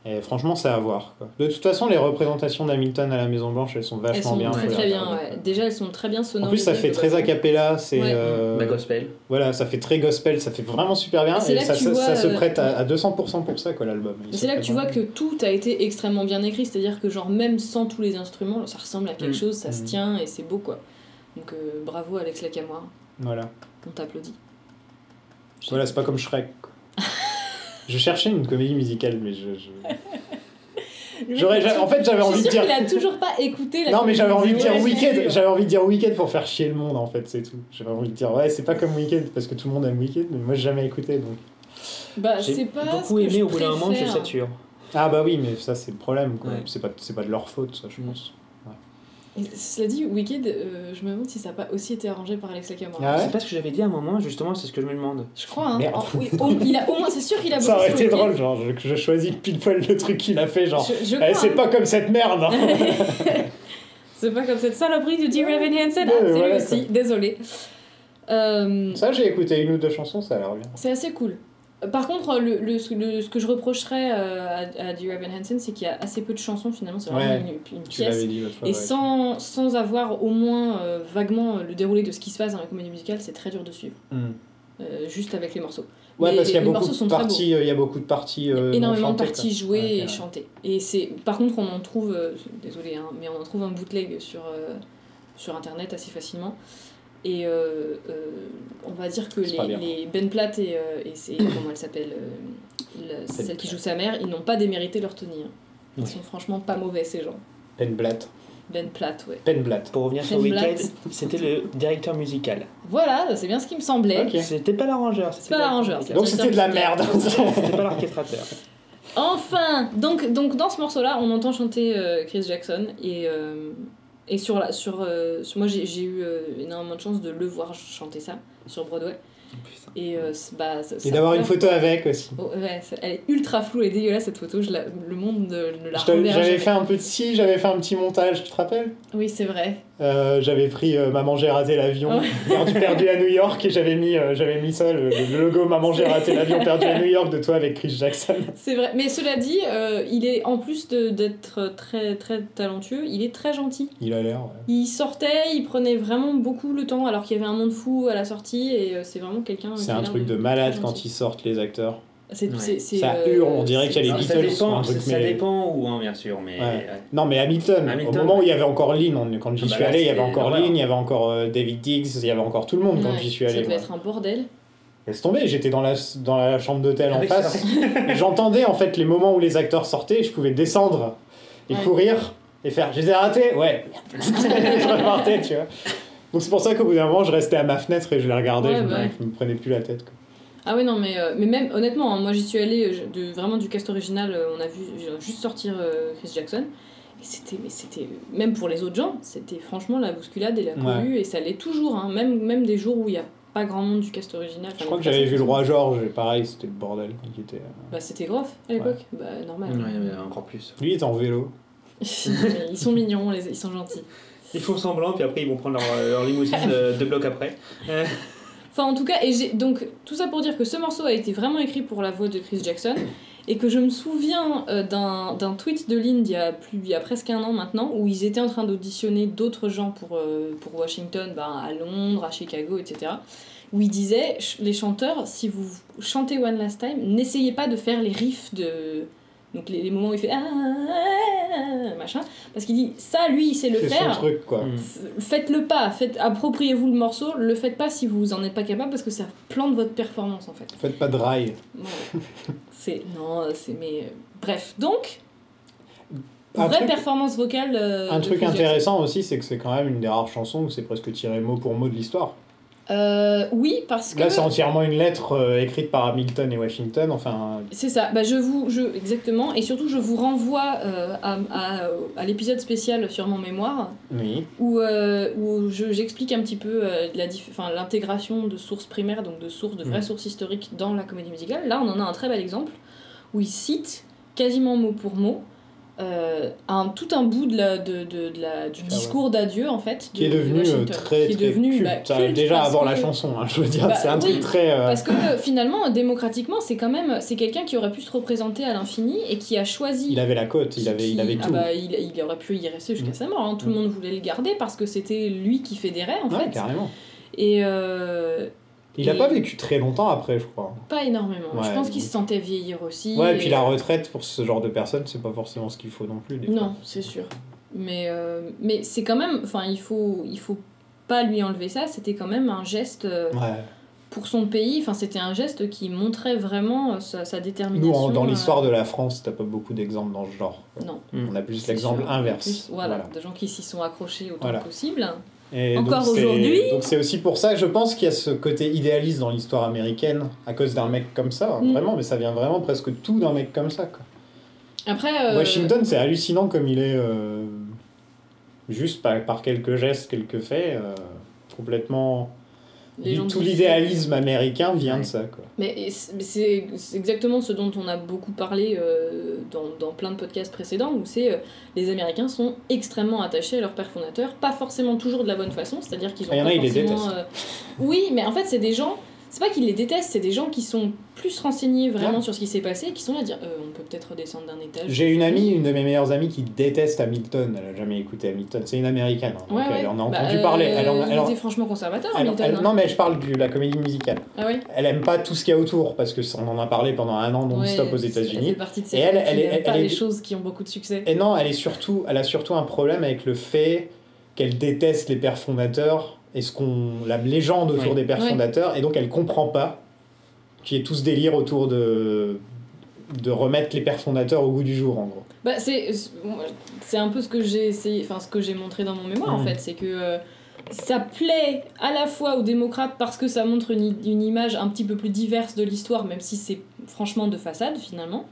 Speaker 2: Et franchement, c'est à voir. quoi. De toute façon, les représentations d'Hamilton à la Maison Blanche, elles sont vachement
Speaker 3: euh, Elles sont
Speaker 2: bien.
Speaker 3: très
Speaker 2: faut les
Speaker 3: très bien.
Speaker 2: regarder.
Speaker 3: ouais. Déjà, elles sont très bien sonorisées.
Speaker 2: En plus, ça fait très a cappella. C'est
Speaker 3: Ouais.
Speaker 2: euh,
Speaker 1: La gospel.
Speaker 2: Voilà, ça fait très gospel, ça fait vraiment super bien
Speaker 3: Et c'est
Speaker 2: et,
Speaker 3: là que
Speaker 2: ça,
Speaker 3: tu
Speaker 2: ça-
Speaker 3: vois,
Speaker 2: ça se
Speaker 3: euh,
Speaker 2: prête à, à 200% pour ça quoi l'album. Il
Speaker 3: Mais
Speaker 2: se
Speaker 3: c'est là que
Speaker 2: prête
Speaker 3: tu vois
Speaker 2: vraiment.
Speaker 3: que tout a été extrêmement bien écrit, c'est-à-dire que genre même sans tous les instruments, ça ressemble à quelque
Speaker 1: Mm.
Speaker 3: chose, ça se
Speaker 2: Mm.
Speaker 3: tient et c'est beau quoi. Donc euh, bravo Alex Lacamora,
Speaker 2: Voilà,
Speaker 3: on t'applaudit.
Speaker 2: voilà c'est pas comme Shrek. quoi. je cherchais une comédie musicale, mais je. je- J'aurais, j'a- en fait, j'avais
Speaker 3: Je
Speaker 2: envie
Speaker 3: suis
Speaker 2: de
Speaker 3: sûre
Speaker 2: dire.
Speaker 3: qu'il a toujours pas écouté la
Speaker 2: Non, mais j'avais envie de dire
Speaker 3: comédie musicale.
Speaker 2: Weekend. J'avais envie de dire Weekend pour faire chier le monde en fait, c'est tout. J'avais envie de dire ouais, c'est pas comme Weekend parce que tout le monde aime Weekend, mais moi j'ai jamais écouté donc.
Speaker 3: Bah,
Speaker 1: J'ai
Speaker 3: c'est pas.
Speaker 1: beaucoup
Speaker 3: ce que
Speaker 1: aimé
Speaker 3: je
Speaker 1: au bout d'un moment, je
Speaker 3: préfère.
Speaker 1: sature.
Speaker 2: Ah bah oui, mais ça c'est le problème. quoi.
Speaker 1: Ouais.
Speaker 2: C'est pas, c'est pas de leur faute, ça je
Speaker 1: Mm.
Speaker 2: pense.
Speaker 3: Et Cela dit, Wicked, euh, je me demande si ça n'a pas aussi été arrangé par Alex Lacamoire.
Speaker 2: Ah ouais
Speaker 1: C'est pas ce que j'avais dit à un moment, justement, c'est ce que je me demande.
Speaker 3: Je crois, hein.
Speaker 2: Merde.
Speaker 3: Oh, oui, au, il a, au moins, Ah, bah, c'est sûr qu'il a
Speaker 2: Ça aurait
Speaker 3: bossé sur
Speaker 2: été
Speaker 3: Wicked.
Speaker 2: drôle, genre je, je choisis pile poil le truc qu'il a fait, genre.
Speaker 3: Je, je
Speaker 2: Eh,
Speaker 3: crois,
Speaker 2: c'est
Speaker 3: hein.
Speaker 2: pas comme cette merde. hein.
Speaker 3: c'est pas comme cette saloperie de Jim Raven Hansen.
Speaker 2: Ouais,
Speaker 3: Ah, c'est lui
Speaker 2: voilà,
Speaker 3: aussi, désolé. Euh,
Speaker 2: ça j'ai écouté une ou deux chansons, ça a l'air bien.
Speaker 3: c'est assez cool. Par contre, le, le- ce- le- ce que je reprocherais euh, à, à Dear Evan Hansen, c'est qu'il y a assez peu de chansons finalement, c'est vraiment
Speaker 2: Ouais,
Speaker 3: une, une
Speaker 2: Tu
Speaker 3: pièce.
Speaker 2: l'avais dit l'autre fois.
Speaker 3: Et
Speaker 2: ouais.
Speaker 3: sans, sans avoir au moins euh, vaguement euh, le déroulé de ce qui se passe dans la comédie musicale, c'est très dur de suivre,
Speaker 2: Mm.
Speaker 3: euh, juste avec les morceaux.
Speaker 2: Ouais,
Speaker 3: Mais
Speaker 2: parce qu'il y a
Speaker 3: les
Speaker 2: beaucoup
Speaker 3: morceaux sont
Speaker 2: de
Speaker 3: très
Speaker 2: parties, euh, il y a beaucoup de parties. euh, non
Speaker 3: énormément de
Speaker 2: chantées,
Speaker 3: parties
Speaker 2: quoi.
Speaker 3: jouées
Speaker 2: Ouais,
Speaker 3: et
Speaker 2: ouais.
Speaker 3: chantées. Et c'est, par contre, on en trouve, euh, désolé, hein, mais on en trouve un bootleg sur, euh, sur internet assez facilement. Et euh, euh, on va dire que
Speaker 2: C'est pas
Speaker 3: les,
Speaker 2: bien.
Speaker 3: les Ben Platt et, euh, et c'est, comment elle s'appelle, euh, la-
Speaker 2: Ben
Speaker 3: celle qui joue sa mère, ils n'ont pas démérité leur tenue. hein. Ils
Speaker 1: Ouais.
Speaker 3: sont franchement pas mauvais ces gens.
Speaker 2: Penblatt.
Speaker 3: Ben Platt, ouais.
Speaker 2: Penblatt.
Speaker 1: Pour revenir sur
Speaker 3: Shane
Speaker 1: Wicked,
Speaker 3: Blatt.
Speaker 1: c'était le directeur musical.
Speaker 3: Voilà, c'est bien ce qui me semblait.
Speaker 2: Ok.
Speaker 1: C'était pas l'arrangeur.
Speaker 3: C'est pas l'arrangeur. c'est
Speaker 2: Donc
Speaker 3: le
Speaker 2: c'était de la
Speaker 3: directeur
Speaker 2: merde.
Speaker 3: musical.
Speaker 1: C'était pas l'orchestrateur.
Speaker 3: Enfin donc, donc dans ce morceau-là, on entend chanter euh, Chris Jackson et, euh, et sur la, sur, euh, sur- moi j'ai j'ai eu euh, énormément de chance de le voir chanter ça sur Broadway
Speaker 1: Putain.
Speaker 3: et euh, c'est- bah, ça-
Speaker 2: Et
Speaker 3: ça-
Speaker 2: d'avoir une photo avec aussi.
Speaker 3: Oh, ouais, ça- elle est ultra floue et dégueulasse cette photo, je la- le monde ne, ne la
Speaker 2: Je t'avais-
Speaker 3: reverra
Speaker 2: J'avais
Speaker 3: jamais.
Speaker 2: fait un petit, j'avais fait un petit montage, tu te rappelles
Speaker 3: Oui c'est vrai.
Speaker 2: Euh, J'avais pris euh, Maman j'ai raté l'avion,
Speaker 3: Ouais.
Speaker 2: perdu, perdu à New York et j'avais mis, euh, j'avais mis ça, le, le logo Maman j'ai raté l'avion, perdu à New York de toi avec Chris Jackson.
Speaker 3: C'est vrai. Mais cela dit, euh, il est en plus de- d'être très très talentueux, il est très gentil.
Speaker 2: Il a l'air. ouais.
Speaker 3: Il sortait, il prenait vraiment beaucoup le temps alors qu'il y avait un monde fou à la sortie et euh, c'est vraiment quelqu'un. qui
Speaker 2: C'est
Speaker 3: a
Speaker 2: un
Speaker 3: l'air
Speaker 2: truc de malade
Speaker 3: très
Speaker 2: quand
Speaker 3: gentil.
Speaker 2: ils sortent les acteurs.
Speaker 3: C'est,
Speaker 1: Ouais.
Speaker 3: c'est, c'est,
Speaker 2: Ça hurle, on dirait
Speaker 3: c'est-
Speaker 2: qu'il y a les
Speaker 1: Alors,
Speaker 3: c'est-
Speaker 1: ça
Speaker 2: Beatles sont
Speaker 1: dépend,
Speaker 2: un truc,
Speaker 1: ça, ça
Speaker 2: mais-
Speaker 1: dépend où, hein, bien sûr, mais.
Speaker 2: Ouais.
Speaker 1: euh,
Speaker 2: Non mais Hamilton,
Speaker 1: Hamilton,
Speaker 2: au moment où
Speaker 1: ouais.
Speaker 2: il y avait encore Lynn, on- quand j'y
Speaker 1: Ah bah
Speaker 2: suis
Speaker 1: là,
Speaker 2: allé, il y
Speaker 1: c'était
Speaker 2: avait encore
Speaker 1: l'horreur.
Speaker 2: Lynn, il y avait encore euh, David Diggs, il y avait encore tout le monde quand
Speaker 3: Ouais,
Speaker 2: j'y suis allé.
Speaker 3: Ça
Speaker 2: moi.
Speaker 3: devait être un bordel.
Speaker 2: Laisse tomber, j'étais dans la, dans la chambre d'hôtel en
Speaker 1: Avec
Speaker 2: face. Et J'entendais en fait les moments où les acteurs sortaient, et je pouvais descendre et
Speaker 3: Ouais.
Speaker 2: courir et faire je les ai ratés, ouais. je repartais, tu vois. Donc c'est pour ça qu'au bout d'un moment, je restais à ma fenêtre et je les regardais,
Speaker 3: Ouais,
Speaker 2: je, me-
Speaker 3: ouais.
Speaker 2: je me prenais plus la tête. quoi.
Speaker 3: Ah ouais, non, mais, euh, mais même, honnêtement, hein, moi j'y suis allée, euh, je- de, vraiment du cast original, euh, on a vu j'ai juste sortir euh, Chris Jackson. Et c'était, mais c'était, même pour les autres gens, c'était franchement la bousculade et la
Speaker 2: Ouais.
Speaker 3: cohue, et ça l'est toujours, hein, même, même des jours où il n'y a pas grand monde du cast original.
Speaker 2: Je
Speaker 3: Enfin,
Speaker 2: crois que
Speaker 3: personne-
Speaker 2: j'avais vu le roi George, et pareil, c'était le bordel quand il était. euh.
Speaker 3: Bah c'était Groff à l'époque, bah normal.
Speaker 1: ouais, ouais, encore plus.
Speaker 2: Lui il était en vélo.
Speaker 3: Mais ils sont mignons, les- ils sont gentils.
Speaker 1: Ils font semblant, puis après ils vont prendre leur, leur limousine euh, deux blocs après.
Speaker 3: Enfin, en tout cas, et j'ai donc tout ça pour dire que ce morceau a été vraiment écrit pour la voix de Chris Jackson et que je me souviens euh, d'un d'un tweet de Lynn il y, a plus, il y a presque un an maintenant où ils étaient en train d'auditionner d'autres gens pour, euh, pour Washington, ben, à Londres, à Chicago, etc. Où ils disaient ch- les chanteurs, si vous chantez One Last Time, n'essayez pas de faire les riffs de. Donc les, les moments où il fait. Ah, ah, ah, machin. Parce qu'il dit ça, lui, il sait le
Speaker 2: C'est son
Speaker 3: faire.
Speaker 2: truc quoi.
Speaker 1: Mm.
Speaker 3: F- faites-le pas, faites, appropriez-vous le morceau, le faites pas si vous en êtes pas capable parce que ça plante votre performance en fait.
Speaker 2: Faites pas de rail.
Speaker 3: Ouais. c'est non, euh, c'est mais euh, bref, donc
Speaker 2: Un
Speaker 3: vraie
Speaker 2: truc-
Speaker 3: performance vocale. euh,
Speaker 2: Un
Speaker 3: de
Speaker 2: truc
Speaker 3: Chris Jackson.
Speaker 2: intéressant aussi, c'est que c'est quand même une des rares chansons où c'est presque tiré mot pour mot de l'histoire.
Speaker 3: Euh, oui, parce que
Speaker 2: Là, c'est entièrement une lettre euh, écrite par Hamilton et Washington. Enfin,
Speaker 3: C'est ça, bah, je vous, je, exactement, et surtout je vous renvoie euh, à, à- à l'épisode spécial sur mon mémoire,
Speaker 2: oui.
Speaker 3: où, euh, où je- j'explique un petit peu euh, la diff- enfin, l'intégration de sources primaires, donc de sources, de vraies
Speaker 1: Mhm.
Speaker 2: Mm.
Speaker 3: sources historiques dans la comédie musicale. Là, on en a un très bel exemple où il cite quasiment mot pour mot euh, un, tout un bout de la, de, de- de la- du
Speaker 2: Ah ouais.
Speaker 3: discours d'adieu, en fait, de-
Speaker 2: Qui est
Speaker 3: de
Speaker 2: devenu euh,
Speaker 3: Washington,
Speaker 2: très,
Speaker 3: qui est
Speaker 2: très
Speaker 3: devenu,
Speaker 2: culte.
Speaker 3: bah,
Speaker 2: Ça,
Speaker 3: culte
Speaker 2: déjà
Speaker 3: parce
Speaker 2: avant la
Speaker 3: que-
Speaker 2: chanson, hein, je veux dire,
Speaker 3: Bah,
Speaker 2: c'est un
Speaker 3: oui,
Speaker 2: truc très. euh,
Speaker 3: Parce que euh, finalement, démocratiquement, c'est quand même c'est quelqu'un qui aurait pu se représenter à l'infini et qui a choisi
Speaker 2: Il avait la cote, il avait, il avait
Speaker 3: qui- ah
Speaker 2: tout.
Speaker 3: bah, il, il aurait pu y rester jusqu'à
Speaker 2: Mm.
Speaker 3: sa mort. hein. Tout le
Speaker 2: Mm.
Speaker 3: monde voulait le garder parce que c'était lui qui fédérait en
Speaker 2: Ouais,
Speaker 3: fait.
Speaker 2: carrément.
Speaker 3: Et euh,
Speaker 2: Il a
Speaker 3: Et-
Speaker 2: pas vécu très longtemps après, je crois.
Speaker 3: pas énormément. je
Speaker 2: Ouais,
Speaker 3: pense
Speaker 2: donc-
Speaker 3: qu'il se sentait vieillir aussi.
Speaker 2: Ouais,
Speaker 3: et-
Speaker 2: et puis la retraite pour ce genre de personnes, c'est pas forcément ce qu'il faut non plus. des fois.
Speaker 3: Non, c'est sûr. Mais, euh, mais c'est quand même. Enfin, il faut, il faut pas lui enlever ça. C'était quand même un geste euh,
Speaker 2: Ouais.
Speaker 3: pour son pays. Enfin, c'était un geste qui montrait vraiment euh, sa, sa détermination.
Speaker 2: Nous, en- dans
Speaker 3: euh,
Speaker 2: l'histoire de la France, t'as pas beaucoup d'exemples dans ce genre. quoi.
Speaker 3: Non.
Speaker 1: Mm.
Speaker 2: On a plus
Speaker 3: c'est
Speaker 2: l'exemple
Speaker 3: sûr.
Speaker 2: inverse.
Speaker 3: Plus, voilà, de gens qui s'y sont accrochés autant
Speaker 2: Voilà.
Speaker 3: que possible.
Speaker 2: Et
Speaker 3: Encore
Speaker 2: donc, c'est-
Speaker 3: aujourd'hui
Speaker 2: Donc c'est aussi pour ça que je pense qu'il y a ce côté idéaliste dans l'histoire américaine, à cause d'un mec comme ça,
Speaker 3: Mm.
Speaker 2: vraiment, mais ça vient vraiment presque tout d'un mec comme ça. Quoi.
Speaker 3: Après, euh,
Speaker 2: Washington, c'est hallucinant comme il est, euh, juste par, par quelques gestes, quelques faits, euh, complètement...
Speaker 3: les gens
Speaker 2: Tout
Speaker 3: disent-
Speaker 2: l'idéalisme américain vient de ça. Quoi.
Speaker 3: Mais et c'est- mais c'est c'est exactement ce dont on a beaucoup parlé euh, dans, dans plein de podcasts précédents, où c'est euh, les Américains sont extrêmement attachés à leur père fondateur, pas forcément toujours de la bonne façon, c'est-à-dire qu'ils ont.
Speaker 2: Il Ah, y en a,
Speaker 3: pas
Speaker 2: ils les
Speaker 3: forcément,
Speaker 2: détestent.
Speaker 3: euh, Oui, mais en fait, c'est des gens. C'est pas qu'ils les détestent, c'est des gens qui sont plus renseignés vraiment
Speaker 2: Ouais.
Speaker 3: sur ce qui s'est passé, qui sont là à dire Euh, on peut peut-être redescendre d'un étage.
Speaker 2: J'ai une amie, une de mes meilleures amies qui déteste Hamilton. Elle n'a jamais écouté Hamilton. C'est une américaine. hein, donc
Speaker 3: Ouais, ouais.
Speaker 2: Elle en a
Speaker 3: Bah,
Speaker 2: entendu
Speaker 3: euh,
Speaker 2: parler. Elle en-
Speaker 3: il
Speaker 2: elle en-
Speaker 3: était franchement conservateur,
Speaker 2: elle-
Speaker 3: Hamilton,
Speaker 2: elle-
Speaker 3: hein.
Speaker 2: non, mais je parle de la comédie musicale.
Speaker 3: Ah ouais
Speaker 2: Elle aime pas tout ce qu'il y a autour parce que ça, on en a parlé pendant un an
Speaker 3: Ouais,
Speaker 2: non-stop aux
Speaker 3: c'est-
Speaker 2: États-Unis.
Speaker 3: Elle fait partie de ces
Speaker 2: Et
Speaker 3: gens
Speaker 2: elle-
Speaker 3: qui
Speaker 2: elle est-
Speaker 3: n'aiment
Speaker 2: elle
Speaker 3: pas
Speaker 2: est-
Speaker 3: les choses qui ont beaucoup de succès.
Speaker 2: Et non, elle est surtout, elle a surtout un problème avec le fait qu'elle déteste les pères fondateurs et ce qu'on la légende autour
Speaker 1: Ouais.
Speaker 2: des pères
Speaker 3: Ouais.
Speaker 2: fondateurs et donc elle comprend pas qu'il y ait tout ce délire autour de de remettre les pères fondateurs au goût du jour en gros.
Speaker 3: Bah, c'est c'est un peu ce que j'ai essayé, enfin ce que j'ai montré dans mon mémoire en
Speaker 2: Mhm.
Speaker 3: fait, c'est que euh, ça plaît à la fois aux démocrates parce que ça montre une, i- une image un petit peu plus diverse de l'histoire, même si c'est franchement de façade finalement.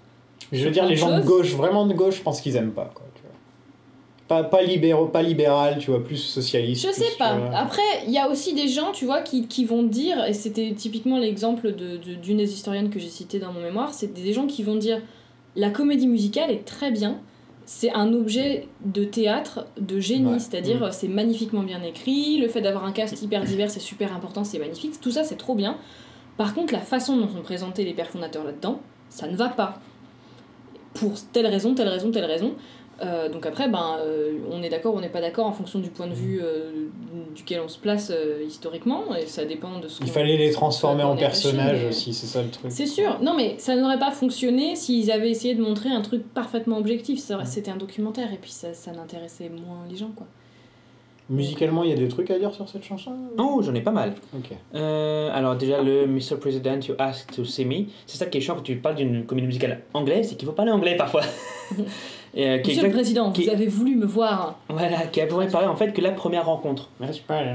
Speaker 2: Je veux dire, les gens de
Speaker 3: Chose.
Speaker 2: gauche, vraiment de gauche, je pense qu'ils aiment pas. Quoi, tu vois. Pas, pas libéraux, pas libéral, tu vois, plus socialiste.
Speaker 3: Je sais
Speaker 2: plus,
Speaker 3: pas. Ah,
Speaker 2: tu vois.
Speaker 3: Après, il y a aussi des gens, tu vois, qui, qui vont dire, et c'était typiquement l'exemple de- de- d'une des historiennes que j'ai citée dans mon mémoire, c'est des gens qui vont dire la comédie musicale est très bien. C'est un objet de théâtre de génie,
Speaker 2: Ouais. Mm.
Speaker 3: c'est-à-dire euh, c'est magnifiquement bien écrit, le fait d'avoir un cast hyper divers c'est super important, c'est magnifique, tout ça c'est trop bien. Par contre, la façon dont sont présentés les pères fondateurs là-dedans, ça ne va pas. Pour telle raison, telle raison, telle raison. Euh, donc après, ben, euh, on est d'accord, on n'est pas d'accord en fonction du point de vue euh, duquel on se place euh, historiquement, et ça dépend de ce
Speaker 2: Il
Speaker 3: qu'on-
Speaker 2: fallait les transformer
Speaker 3: On
Speaker 2: en
Speaker 3: est attaché,
Speaker 2: personnages
Speaker 3: mais-
Speaker 2: aussi, c'est ça le truc.
Speaker 3: c'est sûr. Non, mais ça n'aurait pas fonctionné s'ils avaient essayé de montrer un truc parfaitement objectif. Ça aurait- C'était un documentaire et puis ça, ça n'intéressait moins les gens, quoi.
Speaker 2: Musicalement, il y a des trucs à dire sur cette chanson
Speaker 1: Oh, j'en ai pas mal.
Speaker 2: Ok.
Speaker 1: Euh, alors déjà, le Mr. President, You Asked to See Me, c'est ça qui est chiant quand tu parles d'une comédie musicale anglaise, c'est qu'il faut parler anglais parfois. Et, euh, qui, est
Speaker 3: Monsieur le
Speaker 1: exact-
Speaker 3: Président,
Speaker 1: qui-
Speaker 3: vous avez voulu me voir.
Speaker 1: voilà, qui a pour parler en fait que la première rencontre.
Speaker 2: Merci pas, elle est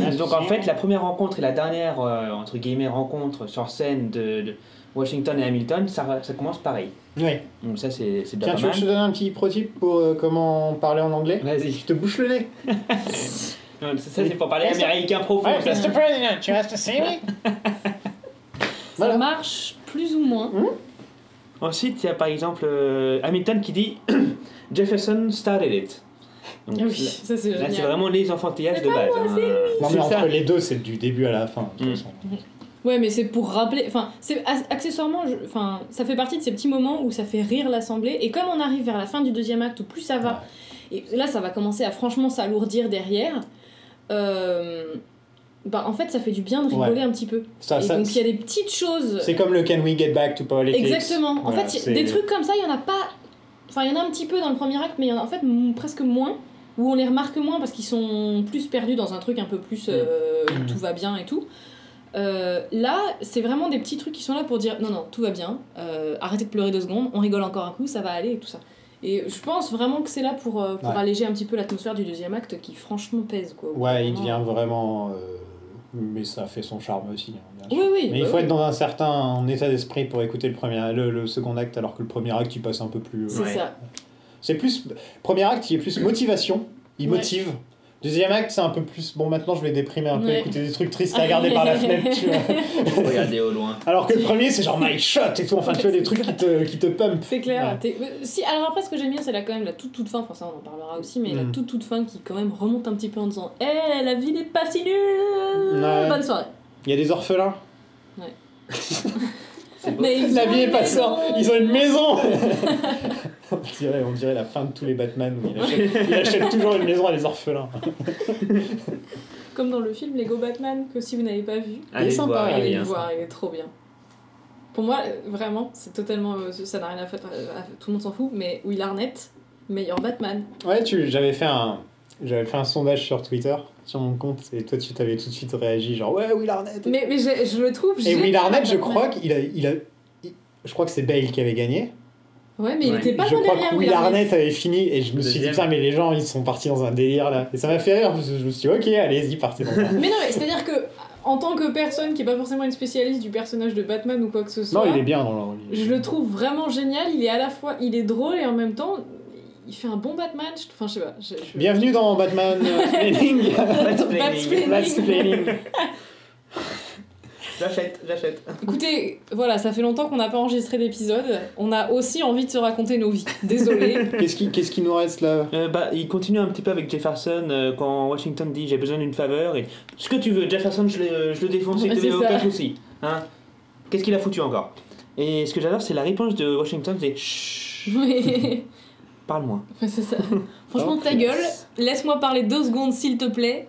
Speaker 2: là.
Speaker 1: Donc en fait, la première rencontre et la dernière, euh, entre guillemets, rencontre sur scène de, de Washington et Hamilton, ça, ça commence pareil.
Speaker 2: Ouais.
Speaker 1: Donc ça, c'est c'est déjà
Speaker 2: Tiens,
Speaker 1: pas
Speaker 2: tu veux que je te
Speaker 1: mal.
Speaker 2: donne un petit prototype pour euh, comment parler en anglais
Speaker 1: Vas-y.
Speaker 2: Je te bouche le nez.
Speaker 1: Non, Ça, ça, c'est pour parler américain profond.
Speaker 2: Ouais,
Speaker 1: ça.
Speaker 2: Mr. President, you have to see me. Voilà.
Speaker 3: Ça marche plus ou moins.
Speaker 1: Ensuite, il y a par exemple euh, Hamilton qui dit Jefferson started it. Donc,
Speaker 3: Ah
Speaker 1: là-
Speaker 3: oui, ça c'est
Speaker 1: Là, c'est
Speaker 3: génial.
Speaker 1: vraiment les enfantillages
Speaker 3: C'est
Speaker 1: de
Speaker 3: pas
Speaker 1: base.
Speaker 3: moi,
Speaker 1: hein.
Speaker 3: c'est lui.
Speaker 2: Non, mais
Speaker 1: C'est
Speaker 2: entre
Speaker 1: ça.
Speaker 2: les deux, c'est du début à la fin. de toute
Speaker 1: Mm.
Speaker 2: façon.
Speaker 3: Ouais, mais c'est pour rappeler. Enfin, c'est as- accessoirement, je- enfin, ça fait partie de ces petits moments où ça fait rire l'assemblée. Et comme on arrive vers la fin du deuxième acte, où plus ça va, Et là, ça va commencer à franchement s'alourdir derrière. Euh, Bah, en fait, ça fait du bien de rigoler
Speaker 2: Ouais.
Speaker 3: un petit peu.
Speaker 2: Ça,
Speaker 3: et
Speaker 2: ça,
Speaker 3: donc, il y a des petites choses.
Speaker 2: C'est comme le Can We Get Back to Politics.
Speaker 3: Exactement. En
Speaker 2: Voilà,
Speaker 3: fait, y-
Speaker 2: c'est-
Speaker 3: des trucs comme ça, il y en a pas. Enfin, il y en a un petit peu dans le premier acte, mais il y en a en fait m- presque moins. Où on les remarque moins parce qu'ils sont plus perdus dans un truc un peu plus euh,
Speaker 2: Mm.
Speaker 3: tout va bien et tout. Euh, là, c'est vraiment des petits trucs qui sont là pour dire non, non, tout va bien, euh, arrêtez de pleurer deux secondes, on rigole encore un coup, ça va aller et tout ça. Et je pense vraiment que c'est là pour, euh, pour
Speaker 2: Ouais.
Speaker 3: alléger un petit peu l'atmosphère du deuxième acte qui franchement pèse quoi.
Speaker 2: Ouais, il
Speaker 3: Vraiment.
Speaker 2: devient vraiment. euh, Mais ça fait son charme aussi. hein, bien sûr.
Speaker 3: Oui, oui.
Speaker 2: Mais il
Speaker 3: bah
Speaker 2: faut
Speaker 3: oui.
Speaker 2: être dans un certain état d'esprit pour écouter le, premier, le, le second acte, alors que le premier acte, il passe un peu plus. euh,
Speaker 3: C'est
Speaker 1: Ouais.
Speaker 3: ça.
Speaker 2: C'est plus. Premier acte, il est plus motivation. Il
Speaker 3: Ouais.
Speaker 2: motive. Deuxième acte, c'est un peu plus. Bon, maintenant, je vais déprimer un peu,
Speaker 3: Ouais.
Speaker 2: écouter des trucs tristes à regarder par la fenêtre, tu vois.
Speaker 1: Regardez au loin.
Speaker 2: Alors que le premier, c'est genre my shot et tout. Enfin, tu vois, des trucs qui te, qui te pumpent.
Speaker 3: C'est clair.
Speaker 2: Ouais.
Speaker 3: t'es- euh, Si, alors après, ce que j'aime bien, c'est la quand même la toute toute fin. Enfin, ça, on en parlera aussi, mais la
Speaker 2: Mm.
Speaker 3: toute toute fin qui quand même remonte un petit peu en disant, hé, la vie n'est pas si nulle.
Speaker 2: Ouais.
Speaker 3: Bonne soirée.
Speaker 2: Il y a des orphelins.
Speaker 3: Mais ils
Speaker 2: La
Speaker 3: ont
Speaker 2: vie est
Speaker 3: une
Speaker 2: pas
Speaker 3: maison.
Speaker 2: sans. Ils ont une maison on, dirait, on dirait la fin de tous les Batman où il achète, il achète toujours une maison à les orphelins.
Speaker 3: Comme dans le film Lego Batman, que si vous n'avez pas vu,
Speaker 1: Allez le voir,
Speaker 2: Ah
Speaker 1: il est
Speaker 3: allez
Speaker 2: hein,
Speaker 1: bien,
Speaker 3: le
Speaker 1: ça.
Speaker 3: voir, il est trop bien. Pour moi, euh, vraiment, c'est totalement. euh, Ça n'a rien à faire. euh, à- Tout le monde s'en fout, mais Will Arnett, meilleur Batman.
Speaker 2: Ouais, tu, j'avais fait un. J'avais fait un sondage sur Twitter, sur mon compte, et toi tu t'avais tout de suite réagi genre ouais Will Arnett.
Speaker 3: Mais, mais j'ai- je le trouve.
Speaker 2: Et
Speaker 3: génial,
Speaker 2: Will Arnett, je
Speaker 3: Batman.
Speaker 2: crois qu'il a, il a, il- je crois que c'est Bale qui avait gagné.
Speaker 3: Ouais, mais il
Speaker 1: Ouais.
Speaker 3: était pas
Speaker 2: je
Speaker 3: loin
Speaker 2: crois
Speaker 3: derrière
Speaker 2: que Will
Speaker 3: Will Arnett.
Speaker 2: Arnett avait fini et je me suis dit,
Speaker 1: Deuxième.
Speaker 2: putain, mais les gens ils sont partis dans un délire là. Et ça m'a fait rire parce que je me suis dit, ok, allez-y, partez dans un.
Speaker 3: Mais non, mais c'est-à-dire que en tant que personne qui est pas forcément une spécialiste du personnage de Batman ou quoi que ce
Speaker 2: non,
Speaker 3: soit,
Speaker 2: il est bien dans le rôle.
Speaker 3: je le trouve vraiment génial. Il est à la fois, il est drôle et en même temps, il fait un bon Batman. Je- Enfin, je sais pas. je- je-
Speaker 2: Bienvenue dans Batman euh, Planning.
Speaker 1: Mansplaining.
Speaker 2: Mansplaining.
Speaker 1: J'achète, j'achète.
Speaker 3: Écoutez, voilà, ça fait longtemps qu'on n'a pas enregistré d'épisode. On a aussi envie de se raconter nos vies. Désolé.
Speaker 2: Qu'est-ce qui, qu'est-ce qui nous reste là
Speaker 1: Euh, bah, il continue un petit peu avec Jefferson euh, quand Washington dit j'ai besoin d'une faveur. Et... Ce que tu veux, Jefferson, je, le- je le défonce,
Speaker 3: Ouais,
Speaker 1: il
Speaker 3: c'est
Speaker 1: te
Speaker 3: ça.
Speaker 1: aucun souci. Hein Qu'est-ce qu'il a foutu encore Et ce que j'adore, c'est la réponse de Washington c'est chut,
Speaker 3: Mais-
Speaker 1: parle-moi.
Speaker 3: Ouais, c'est ça. Franchement, ta gueule. Laisse-moi parler deux secondes, s'il te plaît.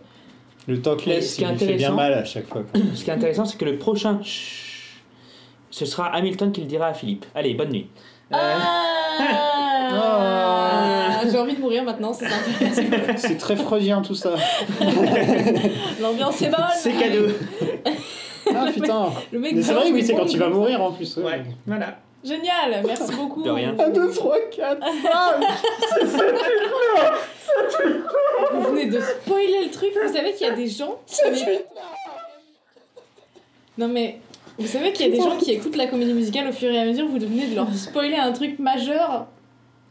Speaker 2: Le
Speaker 1: Mais
Speaker 2: talkless,
Speaker 1: ce qui
Speaker 2: il
Speaker 1: est
Speaker 2: me fait bien
Speaker 1: intéressant-
Speaker 2: mal à chaque fois.
Speaker 1: Ce qui est intéressant, c'est que le prochain chut, ce sera Hamilton qui le dira à Philippe. Allez, bonne nuit. Euh,
Speaker 3: Ah
Speaker 2: Oh.
Speaker 3: J'ai envie de mourir maintenant, c'est sympa.
Speaker 2: C'est très freudien tout ça.
Speaker 3: L'ambiance est bonne.
Speaker 1: c'est cadeau.
Speaker 2: Ah putain.
Speaker 3: Le mec
Speaker 2: Mais c'est
Speaker 3: danse
Speaker 2: vrai, oui,
Speaker 3: des
Speaker 2: c'est quand
Speaker 3: bombes.
Speaker 2: il va mourir en plus. ouais.
Speaker 1: Ouais, voilà.
Speaker 3: Génial, merci beaucoup.
Speaker 1: De rien.
Speaker 2: 1, 2, 3, 4, 5
Speaker 3: Vous venez de spoiler le truc. Vous savez qu'il y a des gens. qui- Non mais. Vous savez qu'il y a des gens qui écoutent la comédie musicale au fur et à mesure, vous venez de leur spoiler un truc majeur.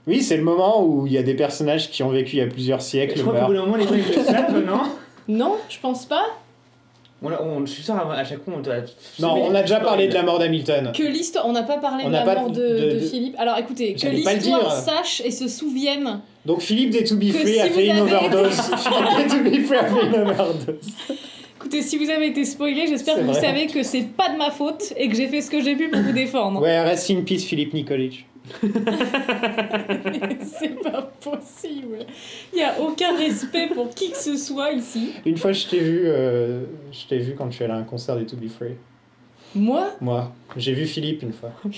Speaker 2: Oui, c'est le moment où il y a des personnages qui ont vécu il y a plusieurs siècles.
Speaker 1: Je crois qu'au bout
Speaker 2: meurent.
Speaker 1: d'un moment, les gens ils le savent, non
Speaker 3: Non, je pense pas
Speaker 1: on, on, Je suis sûr, à à chaque fois, on doit.
Speaker 2: Non, on a déjà parlé de la mort d'Hamilton.
Speaker 3: que l'histoire. On n'a pas parlé
Speaker 2: On
Speaker 3: de
Speaker 2: n'a
Speaker 3: la
Speaker 2: pas
Speaker 3: mort de,
Speaker 2: de-
Speaker 3: de
Speaker 2: de-
Speaker 3: Philippe. Alors écoutez, que
Speaker 2: J'allais pas le dire.
Speaker 3: l'histoire sache et se souvienne
Speaker 2: Donc Philippe des To Be
Speaker 3: Que
Speaker 2: Free a
Speaker 3: si
Speaker 2: fait
Speaker 3: vous
Speaker 2: une
Speaker 3: avez-
Speaker 2: overdose. Philippe des To Be Free a fait une overdose.
Speaker 3: Écoutez, si vous avez été spoilé, j'espère que
Speaker 2: C'est
Speaker 3: vous
Speaker 2: vrai.
Speaker 3: savez que c'est pas de ma faute et que j'ai fait ce que j'ai pu pour vous défendre.
Speaker 2: Ouais, rest in peace Philippe Nikolic.
Speaker 3: c'est pas possible. Il y a aucun respect pour qui que ce soit ici.
Speaker 2: Une fois, je t'ai vu, euh, je t'ai vu quand tu allais à un concert des To Be Free.
Speaker 3: Moi,
Speaker 2: Moi, j'ai vu Philippe une fois.
Speaker 1: Oh,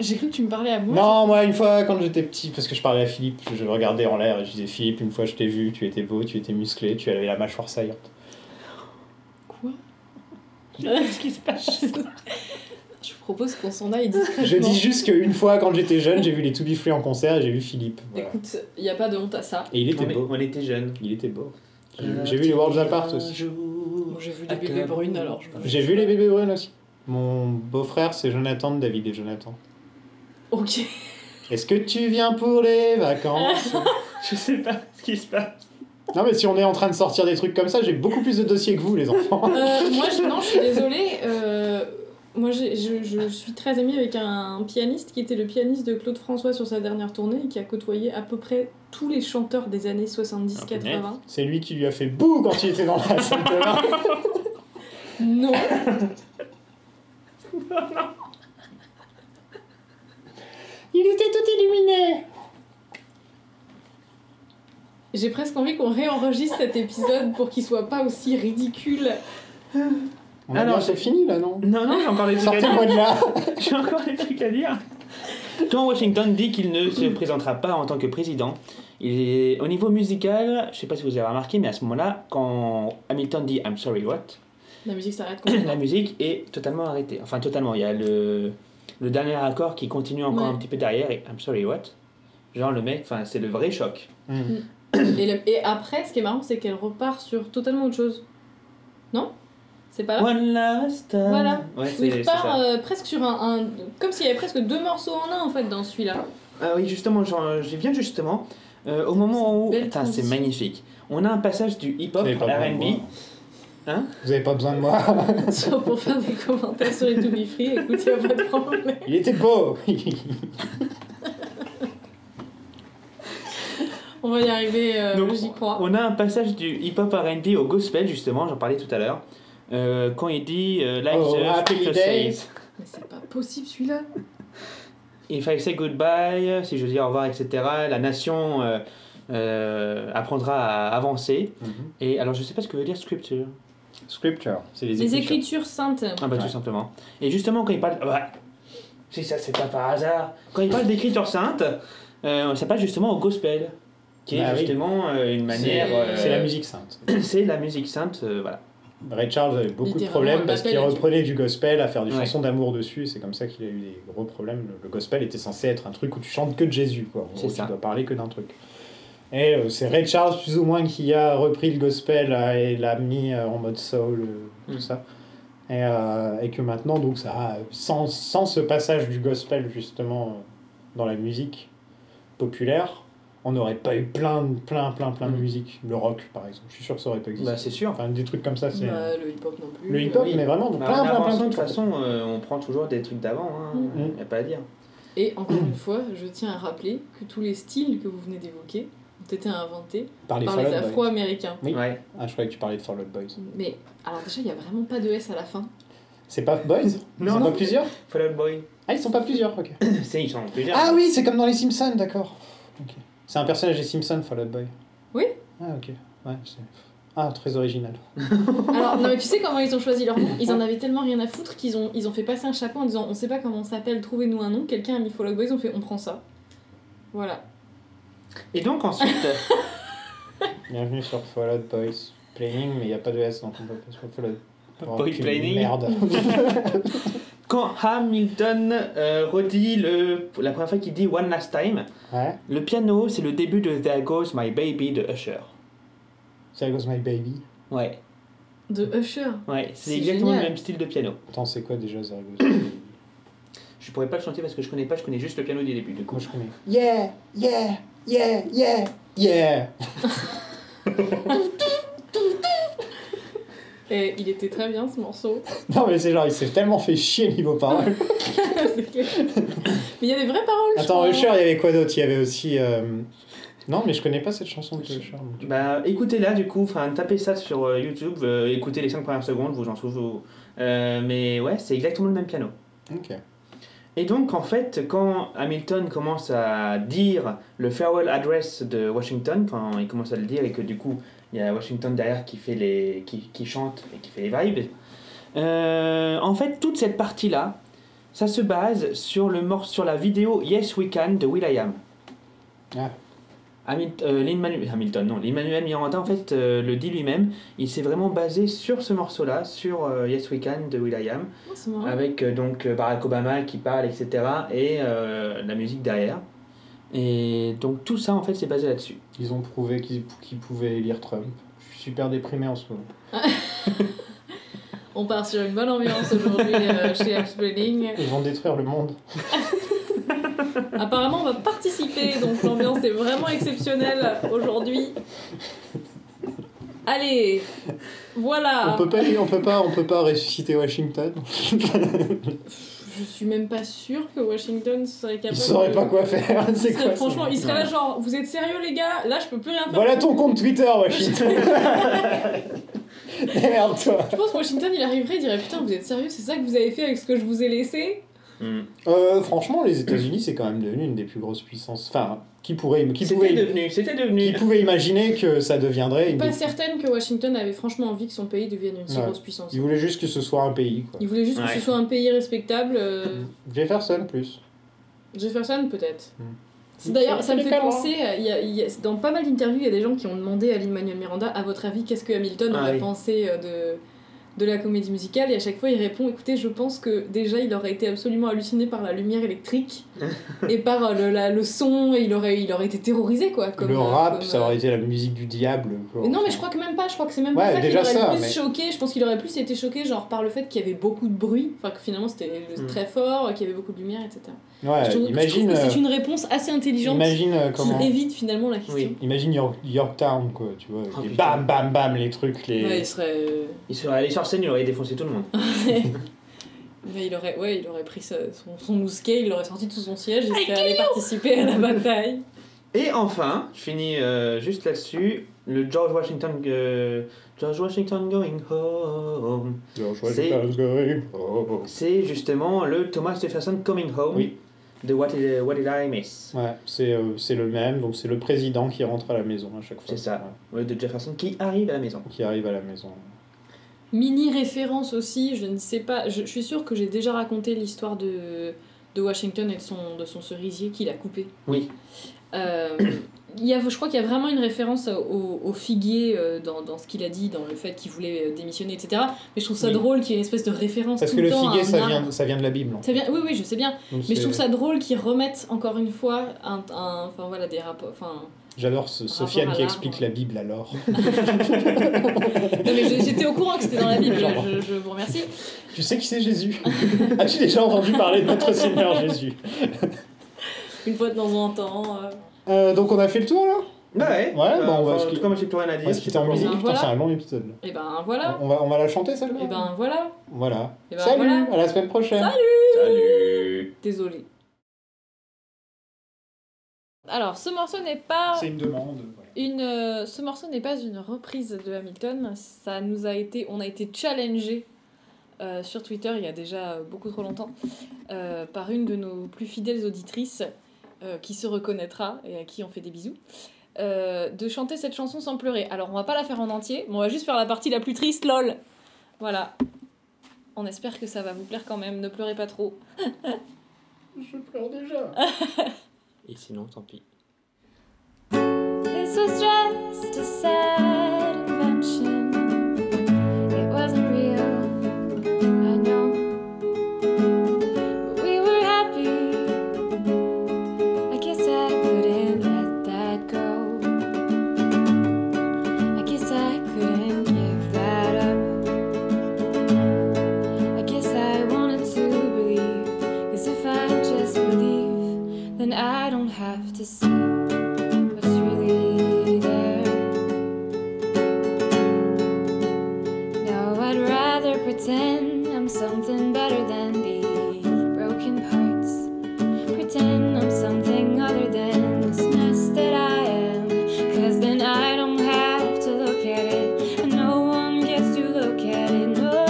Speaker 3: j'ai cru que tu me parlais à moi.
Speaker 2: Non, moi, une fois, quand j'étais petit, parce que je parlais à Philippe, je le regardais en l'air et je disais Philippe, une fois je t'ai vu, tu étais beau, tu étais musclé, tu avais la mâchoire saillante.
Speaker 3: Quoi Qu'est-ce qui se passe Je vous propose qu'on s'en aille discrètement.
Speaker 2: Je dis juste qu'une fois, quand j'étais jeune, j'ai vu les To Be Free en concert et j'ai vu Philippe. voilà.
Speaker 3: Écoute, il n'y a pas de honte à ça.
Speaker 2: Et il était
Speaker 1: On, est-
Speaker 2: beau.
Speaker 1: on était jeunes.
Speaker 2: Il était beau. J'ai Euh, j'ai vu les Worlds Apart aussi.
Speaker 3: Moi, j'ai vu des bébés brunes alors. je-
Speaker 2: J'ai vu les bébés brunes aussi. Mon beau-frère, c'est Jonathan, de David et Jonathan.
Speaker 3: Ok.
Speaker 2: Est-ce que tu viens pour les vacances
Speaker 1: Je sais pas ce qui se passe.
Speaker 2: Non, mais si on est en train de sortir des trucs comme ça, j'ai beaucoup plus de dossiers que vous, les enfants.
Speaker 3: Euh, moi, je, non, je suis désolée. euh, moi, j'ai- je, je suis très amie avec un pianiste qui était le pianiste de Claude François sur sa dernière tournée et qui a côtoyé à peu près tous les chanteurs des années 70-80.
Speaker 1: Ah, punaise.
Speaker 2: C'est lui qui lui a fait bouh quand il était dans la salle de bain.
Speaker 3: Non
Speaker 2: Il était tout illuminé.
Speaker 3: J'ai presque envie qu'on réenregistre cet épisode pour qu'il soit pas aussi ridicule.
Speaker 2: On a
Speaker 1: Alors,
Speaker 2: bien- c'est fini là, non
Speaker 1: Non, non, j'ai encore des trucs à dire.
Speaker 2: Sortez-moi de là
Speaker 1: J'ai encore des trucs à dire. Quand Washington dit qu'il ne se présentera pas en tant que président, il est... au niveau musical, je sais pas si vous avez remarqué, mais à ce moment-là, quand Hamilton dit I'm sorry what,
Speaker 3: La musique s'arrête complètement.
Speaker 1: la musique est totalement arrêtée. Enfin, totalement. Il y a le, le dernier accord qui continue encore
Speaker 3: Ouais.
Speaker 1: un petit peu derrière et I'm sorry what. Genre le mec, enfin, c'est le vrai choc.
Speaker 2: Mm.
Speaker 3: Et, le- et après, ce qui est marrant, c'est qu'elle repart sur totalement autre chose. Non C'est pas là
Speaker 1: One last time.
Speaker 3: Voilà.
Speaker 1: Ouais, c'est
Speaker 3: Il
Speaker 1: c'est
Speaker 3: repart
Speaker 1: ça.
Speaker 3: euh, presque sur un, un- Comme s'il y avait presque deux morceaux en un en fait dans celui-là.
Speaker 1: Ah oui, justement, j'en- j'y viens justement. Euh, au moment où.
Speaker 3: Belle
Speaker 1: Putain, c'est
Speaker 3: transition.
Speaker 1: magnifique. On a un passage du
Speaker 2: Vous
Speaker 1: hip-hop
Speaker 2: avez pas
Speaker 1: à
Speaker 2: besoin de moi.
Speaker 1: RB. Hein
Speaker 2: Vous avez pas besoin de moi.
Speaker 3: Soit pour faire des commentaires sur les To Be Free, écoute, y a pas de problème.
Speaker 2: Il était beau.
Speaker 3: Mhm. On va y arriver, euh,
Speaker 1: Donc,
Speaker 3: j'y crois.
Speaker 1: On a un passage du hip-hop RB au gospel, justement, j'en parlais tout à l'heure. Euh, quand il dit euh, Like
Speaker 2: Oh,
Speaker 1: the
Speaker 2: happy
Speaker 1: scripture
Speaker 2: days.
Speaker 1: says,
Speaker 3: Mais c'est pas possible celui-là.
Speaker 1: If I say goodbye, si je dis au revoir, etc., la nation euh, euh, apprendra à avancer.
Speaker 2: Mhm.
Speaker 1: Et alors, je sais pas ce que veut dire scripture.
Speaker 2: Scripture, c'est les
Speaker 3: Les
Speaker 2: écritures.
Speaker 3: écritures saintes.
Speaker 1: Ah, bah,
Speaker 2: Ouais.
Speaker 1: tout simplement. Et justement, quand il parle. Ouais. Si ça, c'est pas par hasard. Quand il parle d'écriture sainte, euh, ça passe justement au gospel, qui est
Speaker 2: Bah oui.
Speaker 1: justement euh, une manière.
Speaker 3: C'est-
Speaker 1: euh,
Speaker 2: C'est la musique sainte.
Speaker 1: C'est la musique sainte, euh, voilà.
Speaker 2: Ray Charles avait beaucoup de
Speaker 3: Littéralement,
Speaker 2: problèmes
Speaker 3: le
Speaker 2: parce qu'il
Speaker 3: gospel est-
Speaker 2: reprenait du gospel à faire des
Speaker 1: Ouais.
Speaker 2: chansons d'amour dessus et c'est comme ça qu'il a eu des gros problèmes. Le gospel était censé être un truc où tu chantes que de Jésus, quoi. En gros,
Speaker 1: C'est ça.
Speaker 2: Tu dois parler que d'un truc. Et euh, c'est Ray Charles plus ou moins qui a repris le gospel euh, et l'a mis euh, en mode soul, euh, tout
Speaker 1: Mm.
Speaker 2: ça. Et, euh, et que maintenant, donc, ça a- sans, sans ce passage du gospel justement euh, dans la musique populaire, on n'aurait pas eu plein, de- plein, plein, plein de
Speaker 1: Mm.
Speaker 2: musiques. Le rock, par exemple, je suis sûr que ça aurait pas existé.
Speaker 1: Bah, c'est sûr.
Speaker 2: Enfin, des trucs comme ça, c'est.
Speaker 3: Bah, le hip-hop non plus.
Speaker 2: Le hip-hop,
Speaker 1: oui.
Speaker 2: mais vraiment, donc
Speaker 1: Bah,
Speaker 2: plein,
Speaker 1: on
Speaker 2: plein,
Speaker 1: avance,
Speaker 2: plein de
Speaker 1: de toute
Speaker 2: trucs.
Speaker 1: façon, euh, on prend toujours des trucs d'avant, hein.
Speaker 2: Mm.
Speaker 1: y a pas à dire.
Speaker 3: Et encore une fois, je tiens à rappeler que tous les styles que vous venez d'évoquer ont été inventés
Speaker 2: Par les
Speaker 3: par les
Speaker 2: Fall Out Boys.
Speaker 3: Afro-Américains.
Speaker 2: Oui.
Speaker 1: Ouais.
Speaker 2: Ah, je croyais que tu parlais de Fall Out Boys.
Speaker 3: Mais alors déjà, il n'y a vraiment pas de S à la fin.
Speaker 2: C'est pas Boys Ils
Speaker 1: Non,
Speaker 2: sont
Speaker 1: non.
Speaker 2: pas plusieurs
Speaker 1: Fall Out Boy.
Speaker 2: Ah, ils sont pas plusieurs, ok.
Speaker 1: c'est, ils sont en plusieurs.
Speaker 2: Ah oui, c'est comme dans les Simpsons, d'accord. Ok. C'est un personnage des Simpsons, Fall Out Boy.
Speaker 3: Oui.
Speaker 2: Ah, ok. Ouais, c'est. Ah, très original.
Speaker 3: Alors, non, mais tu sais comment ils ont choisi leur nom Ils en avaient tellement rien à foutre qu'ils ont, ils ont fait passer un chapeau en disant on sait pas comment on s'appelle, trouvez-nous un nom. Quelqu'un a mis Fall Out Boys, on fait on prend ça. Voilà.
Speaker 1: Et donc ensuite,
Speaker 2: Bienvenue sur Fall Out Boys Planning, mais il n'y a pas de S, donc on peut pas sur Fall Out Oh,
Speaker 1: Boy
Speaker 2: quelle
Speaker 1: Planning.
Speaker 2: Merde.
Speaker 1: quand Hamilton euh, redit le, la première fois qu'il dit One Last Time,
Speaker 2: ouais.
Speaker 1: le piano, c'est le début de There Goes My Baby de Usher.
Speaker 2: There goes my baby.
Speaker 1: Ouais,
Speaker 3: De Usher.
Speaker 1: ouais, c'est,
Speaker 3: C'est
Speaker 1: exactement
Speaker 3: génial.
Speaker 1: le même style de piano.
Speaker 2: Attends, c'est quoi déjà There goes my baby
Speaker 1: Je pourrais pas le chanter parce que je connais pas, je connais juste le piano du début. Du coup,
Speaker 2: Moi je connais. Yeah, yeah, yeah, yeah, yeah.
Speaker 3: Et il était très bien ce morceau.
Speaker 2: Non mais c'est genre, il s'est tellement fait chier niveau paroles.
Speaker 3: C'est clair. mais il y a des vraies paroles. je
Speaker 2: Attends,
Speaker 3: crois. hein.
Speaker 2: Usher, il y avait quoi d'autre Il y avait aussi... euh, Non mais je connais pas cette chanson de Usher.
Speaker 1: bah écoutez-la du coup, enfin tapez ça sur euh, YouTube, euh, écoutez les 5 premières secondes, vous en souvenez. Euh, mais ouais, c'est exactement le même piano.
Speaker 2: Ok.
Speaker 1: Et donc, en fait, quand Hamilton commence à dire le farewell address de Washington, quand il commence à le dire et que du coup, il y a Washington derrière qui, fait les, qui, qui chante et qui fait les vibes, euh, en fait, toute cette partie-là, ça se base sur, le mor- sur la vidéo Yes We Can de Will.i.am.
Speaker 2: Ah.
Speaker 1: Hamilton, euh, Lin-Manu- Hamilton, non, Lin-Manuel Miranda, en fait, euh, le dit lui-même, il s'est vraiment basé sur ce morceau-là, sur euh, Yes We Can de Will.i.am
Speaker 3: Oh, c'est marrant.
Speaker 1: avec euh, donc euh, Barack Obama qui parle, etc. et euh, la musique derrière. Et donc tout ça en fait c'est basé là-dessus.
Speaker 2: Ils ont prouvé qu'ils qu'ils pouvaient élire Trump. Je suis super déprimé en ce moment.
Speaker 3: On part sur une bonne ambiance aujourd'hui euh, chez Upspelling.
Speaker 2: Ils vont détruire le monde.
Speaker 3: Apparemment, on va participer, donc l'ambiance est vraiment exceptionnelle aujourd'hui. Allez, voilà.
Speaker 2: On peut pas, on peut pas, on peut pas ressusciter Washington.
Speaker 3: Je suis même pas sûre que Washington serait capable.
Speaker 2: Ils sauraient
Speaker 3: de-
Speaker 2: pas quoi faire.
Speaker 3: Il
Speaker 2: C'est
Speaker 3: serait-
Speaker 2: quoi ça
Speaker 3: franchement, il serait là
Speaker 1: Non.
Speaker 3: genre, vous êtes sérieux les gars Là, je peux plus rien faire.
Speaker 2: Voilà ton compte Twitter, Washington. Merde-toi.
Speaker 3: Je pense que Washington, il arriverait, il dirait putain, vous êtes sérieux C'est ça que vous avez fait avec ce que je vous ai laissé
Speaker 2: Euh, franchement, les États-Unis, c'est quand même devenu une des plus grosses puissances. Enfin, qui pourrait, qui
Speaker 1: C'était
Speaker 2: pouvait,
Speaker 1: devenu, c'était
Speaker 2: qui
Speaker 1: devenu.
Speaker 2: pouvait imaginer que ça deviendrait une.
Speaker 3: Pas
Speaker 2: Des...
Speaker 3: certaine que Washington avait franchement envie que son pays devienne une si
Speaker 2: Ouais.
Speaker 3: grosse puissance.
Speaker 2: Ils voulaient juste que ce soit un pays. Quoi.
Speaker 3: Il voulait juste que
Speaker 1: Ouais.
Speaker 3: ce soit un pays respectable. euh,
Speaker 1: Mm.
Speaker 2: Jefferson plus.
Speaker 3: Jefferson peut-être.
Speaker 2: Hmm.
Speaker 3: C'est D'ailleurs, ça me
Speaker 2: Il est
Speaker 3: fait
Speaker 2: pas loin.
Speaker 3: penser, euh, il y a- il y a- dans pas mal d'interviews, il y a des gens qui ont demandé à Lin-Manuel Miranda, à votre avis, qu'est-ce que Hamilton
Speaker 1: Ah
Speaker 3: aurait
Speaker 1: oui.
Speaker 3: pensé euh, de, de la comédie musicale Et à chaque fois, il répond, écoutez, je pense que déjà, il aurait été absolument halluciné par la lumière électrique et par euh, le, la- le son, et il aurait, il aurait été terrorisé, quoi. comme,
Speaker 2: le
Speaker 3: euh,
Speaker 2: rap,
Speaker 3: comme,
Speaker 2: ça
Speaker 3: euh,
Speaker 2: aurait été la musique du diable. quoi.
Speaker 3: mais non, mais je crois que même pas, je crois que c'est même
Speaker 2: Ouais,
Speaker 3: pas ça qu'il
Speaker 2: déjà
Speaker 3: aurait
Speaker 2: ça,
Speaker 3: le plus
Speaker 2: mais-
Speaker 3: choqué. Je pense qu'il aurait plus été choqué, genre, par le fait qu'il y avait beaucoup de bruit, enfin, que finalement, c'était euh,
Speaker 1: Hmm.
Speaker 3: très fort, qu'il y avait beaucoup de lumière, etc.
Speaker 2: Ouais,
Speaker 3: Je trouve- je
Speaker 2: Euh, imagine,
Speaker 3: trouve que c'est
Speaker 2: euh,
Speaker 3: une réponse assez intelligente
Speaker 2: imagine euh,
Speaker 3: qui
Speaker 2: comment.
Speaker 3: évite finalement la question.
Speaker 1: Oui.
Speaker 2: Imagine York- Yorktown, quoi, tu vois.
Speaker 1: Oh,
Speaker 2: les
Speaker 1: putain.
Speaker 2: bam, bam, bam, les trucs, les.
Speaker 3: Ouais, il serait. euh,
Speaker 1: Il serait allé sur scène, il aurait défoncé tout le monde.
Speaker 3: Mais il aurait, ouais, il aurait pris sa- son, son mousquet, il aurait sorti de sous son siège, il serait allé participer à la bataille.
Speaker 1: Et enfin, je finis euh, juste là-dessus, le George Washington, euh, George Washington going home.
Speaker 2: George Washington
Speaker 1: C'est-
Speaker 2: is going home.
Speaker 1: C'est justement le Thomas Jefferson coming home
Speaker 2: Oui.
Speaker 1: de What Did, What Did I Miss
Speaker 2: Ouais, c'est euh, c'est le même, donc c'est le président qui rentre à la maison à chaque fois.
Speaker 1: C'est ça.
Speaker 2: Ouais,
Speaker 1: Ouais, de Jefferson qui arrive à la maison.
Speaker 2: qui arrive à la maison.
Speaker 3: Mini référence aussi, je ne sais pas, je, je suis sûre que j'ai déjà raconté l'histoire de, de Washington et de son, de son cerisier qu'il a coupé.
Speaker 1: Oui.
Speaker 3: Euh, il y a, je crois qu'il y a vraiment une référence au, au figuier euh, dans, dans ce qu'il a dit, dans le fait qu'il voulait euh, démissionner, etc. Mais je trouve ça
Speaker 2: Oui.
Speaker 3: drôle qu'il y ait une espèce de référence.
Speaker 2: Parce
Speaker 3: tout
Speaker 2: que le
Speaker 3: temps à
Speaker 2: figuier,
Speaker 3: un
Speaker 2: ça
Speaker 3: arbre.
Speaker 2: vient, ça vient de la Bible. en fait.
Speaker 3: Ça vient- Oui, oui, je sais bien.
Speaker 2: Donc
Speaker 3: Mais je
Speaker 2: c'est-
Speaker 3: trouve ça drôle qu'ils remettent encore une fois un, un- enfin voilà des rapports. Enfin,
Speaker 2: J'adore ce-
Speaker 3: Rapport
Speaker 2: Sofiane
Speaker 3: à
Speaker 2: qui
Speaker 3: l'art,
Speaker 2: explique
Speaker 3: ouais.
Speaker 2: la Bible alors.
Speaker 3: non, mais j'ai- j'étais au courant que c'était dans la Bible. Je, je- je vous remercie.
Speaker 2: tu sais qui c'est Jésus As-tu déjà entendu parler de notre Seigneur Jésus
Speaker 3: Une fois de temps en temps. euh.
Speaker 2: Euh, Donc on a fait le tour là
Speaker 1: Bah ouais.
Speaker 2: Ouais, bon, on va-
Speaker 1: enfin,
Speaker 2: ce
Speaker 1: en
Speaker 2: qui-
Speaker 1: tout cas, moi j'ai plus rien à dire.
Speaker 2: Ouais, ce qui était en
Speaker 1: Bon.
Speaker 2: musique,
Speaker 3: Ben,
Speaker 2: putain,
Speaker 3: voilà.
Speaker 2: c'est un long épisode.
Speaker 3: Et ben voilà.
Speaker 2: On va, on va la chanter celle-là
Speaker 3: Et ben voilà.
Speaker 2: Voilà.
Speaker 3: Et ben
Speaker 2: Salut,
Speaker 3: voilà.
Speaker 2: à la semaine prochaine.
Speaker 1: Salut.
Speaker 3: Désolé. Alors, ce morceau n'est pas
Speaker 2: C'est une demande. voilà.
Speaker 3: une, euh, ce morceau n'est pas une reprise de Hamilton. Ça nous a été, on a été challengé euh, sur Twitter il y a déjà euh, beaucoup trop longtemps euh, par une de nos plus fidèles auditrices euh, qui se reconnaîtra et à qui on fait des bisous. euh, de chanter cette chanson sans pleurer. Alors on va pas la faire en entier, mais on va juste faire la partie la plus triste, lol. Voilà. On espère que ça va vous plaire quand même. Ne pleurez pas trop.
Speaker 2: Je pleure déjà. Eh
Speaker 1: Et sinon, tant pis.
Speaker 4: This was just a sad invention. It wasn't real, I know. But we were happy. I guess I couldn't let that go. I guess I couldn't give that up. I guess I wanted to believe. Cause if I just believe, then I don't have to see what's really there. No, I'd rather pretend I'm something better than the broken parts. Pretend I'm something other than this mess that I am. Cause then I don't have to look at it. And no one gets to look at it. No,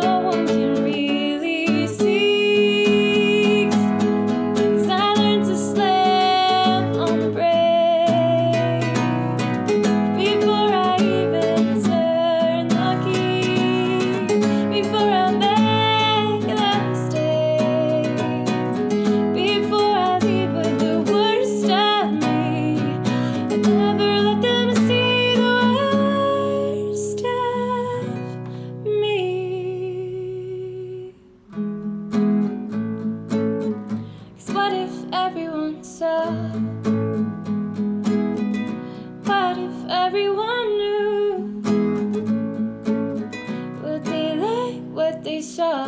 Speaker 4: no one can really see. Cause I learned to slam on the brake Before I even turn the key Before I make that mistake Before I leave with the worst of me I never let them see the worst of me Cause what if everyone saw? What if everyone knew? Would they like what they saw?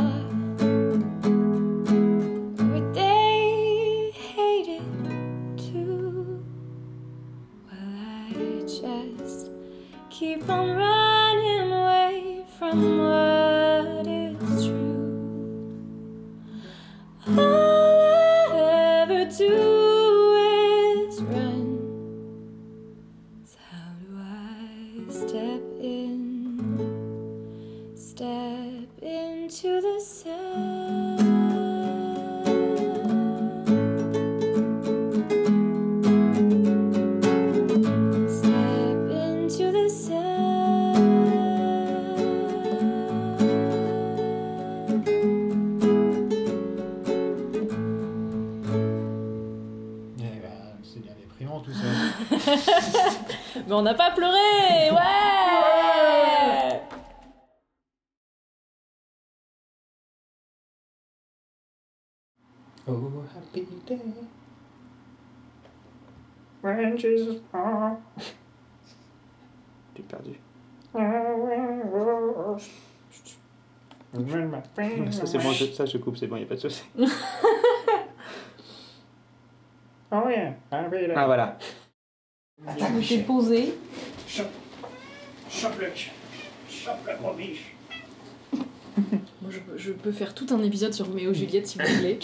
Speaker 4: Or would they hate it too? Well, I just keep on running away from what is true. All I ever do is run. So how do I step in? Step into the sun. Step into the sun.
Speaker 2: ben, c'est bien déprimant tout ça.
Speaker 3: Mais on n'a pas pleuré Ouais
Speaker 2: oh, happy day.
Speaker 1: T'es perdu. Ça,
Speaker 3: Oh,
Speaker 1: c'est bon, je, ça, je coupe, c'est bon, y a pas de souci. Ah, voilà.
Speaker 3: J'ai posé. Moi, je, peux- je peux faire tout un épisode sur Roméo et Juliette, si vous voulez.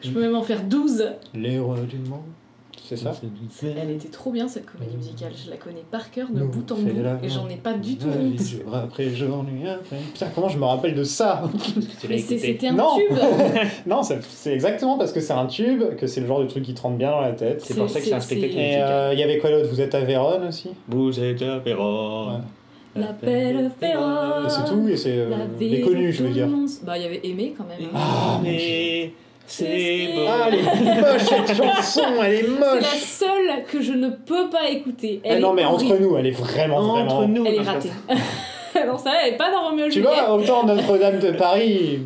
Speaker 3: Je peux même en faire 12.
Speaker 2: Les rois du monde. C'est ça
Speaker 3: Elle était trop bien, cette comédie musicale. Je la connais par cœur, de
Speaker 2: Nous,
Speaker 3: bout en
Speaker 2: c'est la-
Speaker 3: bout. Et j'en ai pas du tout honte.
Speaker 2: Jour après jour, nuit après. Putain, comment je me rappelle de ça
Speaker 3: Mais c'est- c'était un
Speaker 2: Non.
Speaker 3: tube
Speaker 2: Non, ça- c'est exactement parce que c'est un tube, que c'est le genre de truc qui te rentre bien dans la tête.
Speaker 1: C'est pour ça que c'est un spectacle.
Speaker 2: Et euh, il y avait quoi d'autre Vous êtes à Vérone aussi
Speaker 1: Vous êtes à Péron.
Speaker 3: La belle Féroce.
Speaker 2: euh, Et C'est tout, et c'est euh, les connus, je veux dire.
Speaker 3: hein. Bah, il y avait Aimé quand même.
Speaker 2: Ah,
Speaker 1: mais Ah, C'est
Speaker 3: C'est-
Speaker 1: beau.
Speaker 2: Ah, elle est moche cette chanson, elle est
Speaker 3: C'est la
Speaker 2: moche.
Speaker 3: seule que je ne peux pas écouter.
Speaker 2: Ah
Speaker 3: Elle
Speaker 2: non,
Speaker 3: est
Speaker 2: mais entre
Speaker 3: horrible.
Speaker 2: nous, elle est vraiment, vraiment.
Speaker 1: Entre nous.
Speaker 3: Elle est ratée. Alors ça, elle est pas dans Roméo et
Speaker 2: Tu
Speaker 3: Juliette.
Speaker 2: vois, autant Notre-Dame de Paris,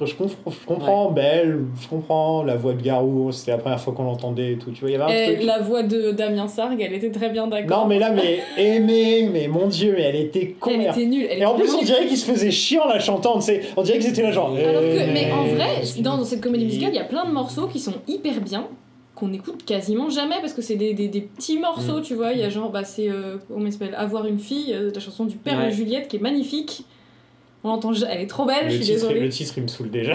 Speaker 2: je, je comprends, je comprends Belle, je comprends la voix de Garou, c'était la première fois qu'on l'entendait et tout. Tu vois, il y avait un
Speaker 3: Eh,
Speaker 2: truc.
Speaker 3: la voix de Damien Sargue, elle était très bien d'accord.
Speaker 2: Non, mais là, mais aimée, mais mon dieu, mais elle était con.
Speaker 3: elle
Speaker 2: elle.
Speaker 3: était nulle. elle
Speaker 2: Et en
Speaker 3: était
Speaker 2: plus, on
Speaker 3: nulle.
Speaker 2: dirait qu'il se faisait chier en la chantant, tu sais. On dirait que c'était la genre.
Speaker 3: Alors que,
Speaker 2: eh,
Speaker 3: mais en vrai, dans, dans cette comédie
Speaker 2: Et-
Speaker 3: musicale, il y a plein de morceaux qui sont hyper bien, qu'on écoute quasiment jamais parce que c'est des, des, des petits
Speaker 2: Mm.
Speaker 3: morceaux, tu vois. Il y a genre, bah, c'est, euh, comment il s'appelle Avoir une fille, euh, la chanson du père
Speaker 1: Ouais.
Speaker 3: de Juliette qui est magnifique. On l'entend, ja- elle est trop belle,
Speaker 2: Le
Speaker 3: je suis
Speaker 2: titre,
Speaker 3: désolée.
Speaker 2: le titre, il me saoule déjà.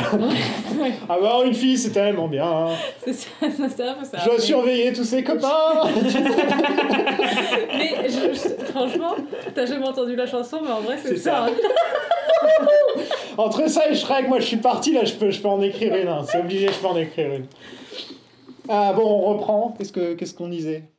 Speaker 2: Avoir une fille, c'est tellement bien. hein.
Speaker 3: C'est ça, c'est ça, c'est ça.
Speaker 2: Je dois surveiller tous ses copains.
Speaker 3: Mais je- je- franchement, t'as jamais entendu la chanson, mais en vrai, c'est
Speaker 1: C'est
Speaker 3: ça.
Speaker 1: ça.
Speaker 2: Entre ça et Shrek, moi je suis parti là, je peux, je peux en écrire une, hein. c'est obligé, je peux en écrire une. Ah bon, on reprend, qu'est-ce que- qu'est-ce qu'on disait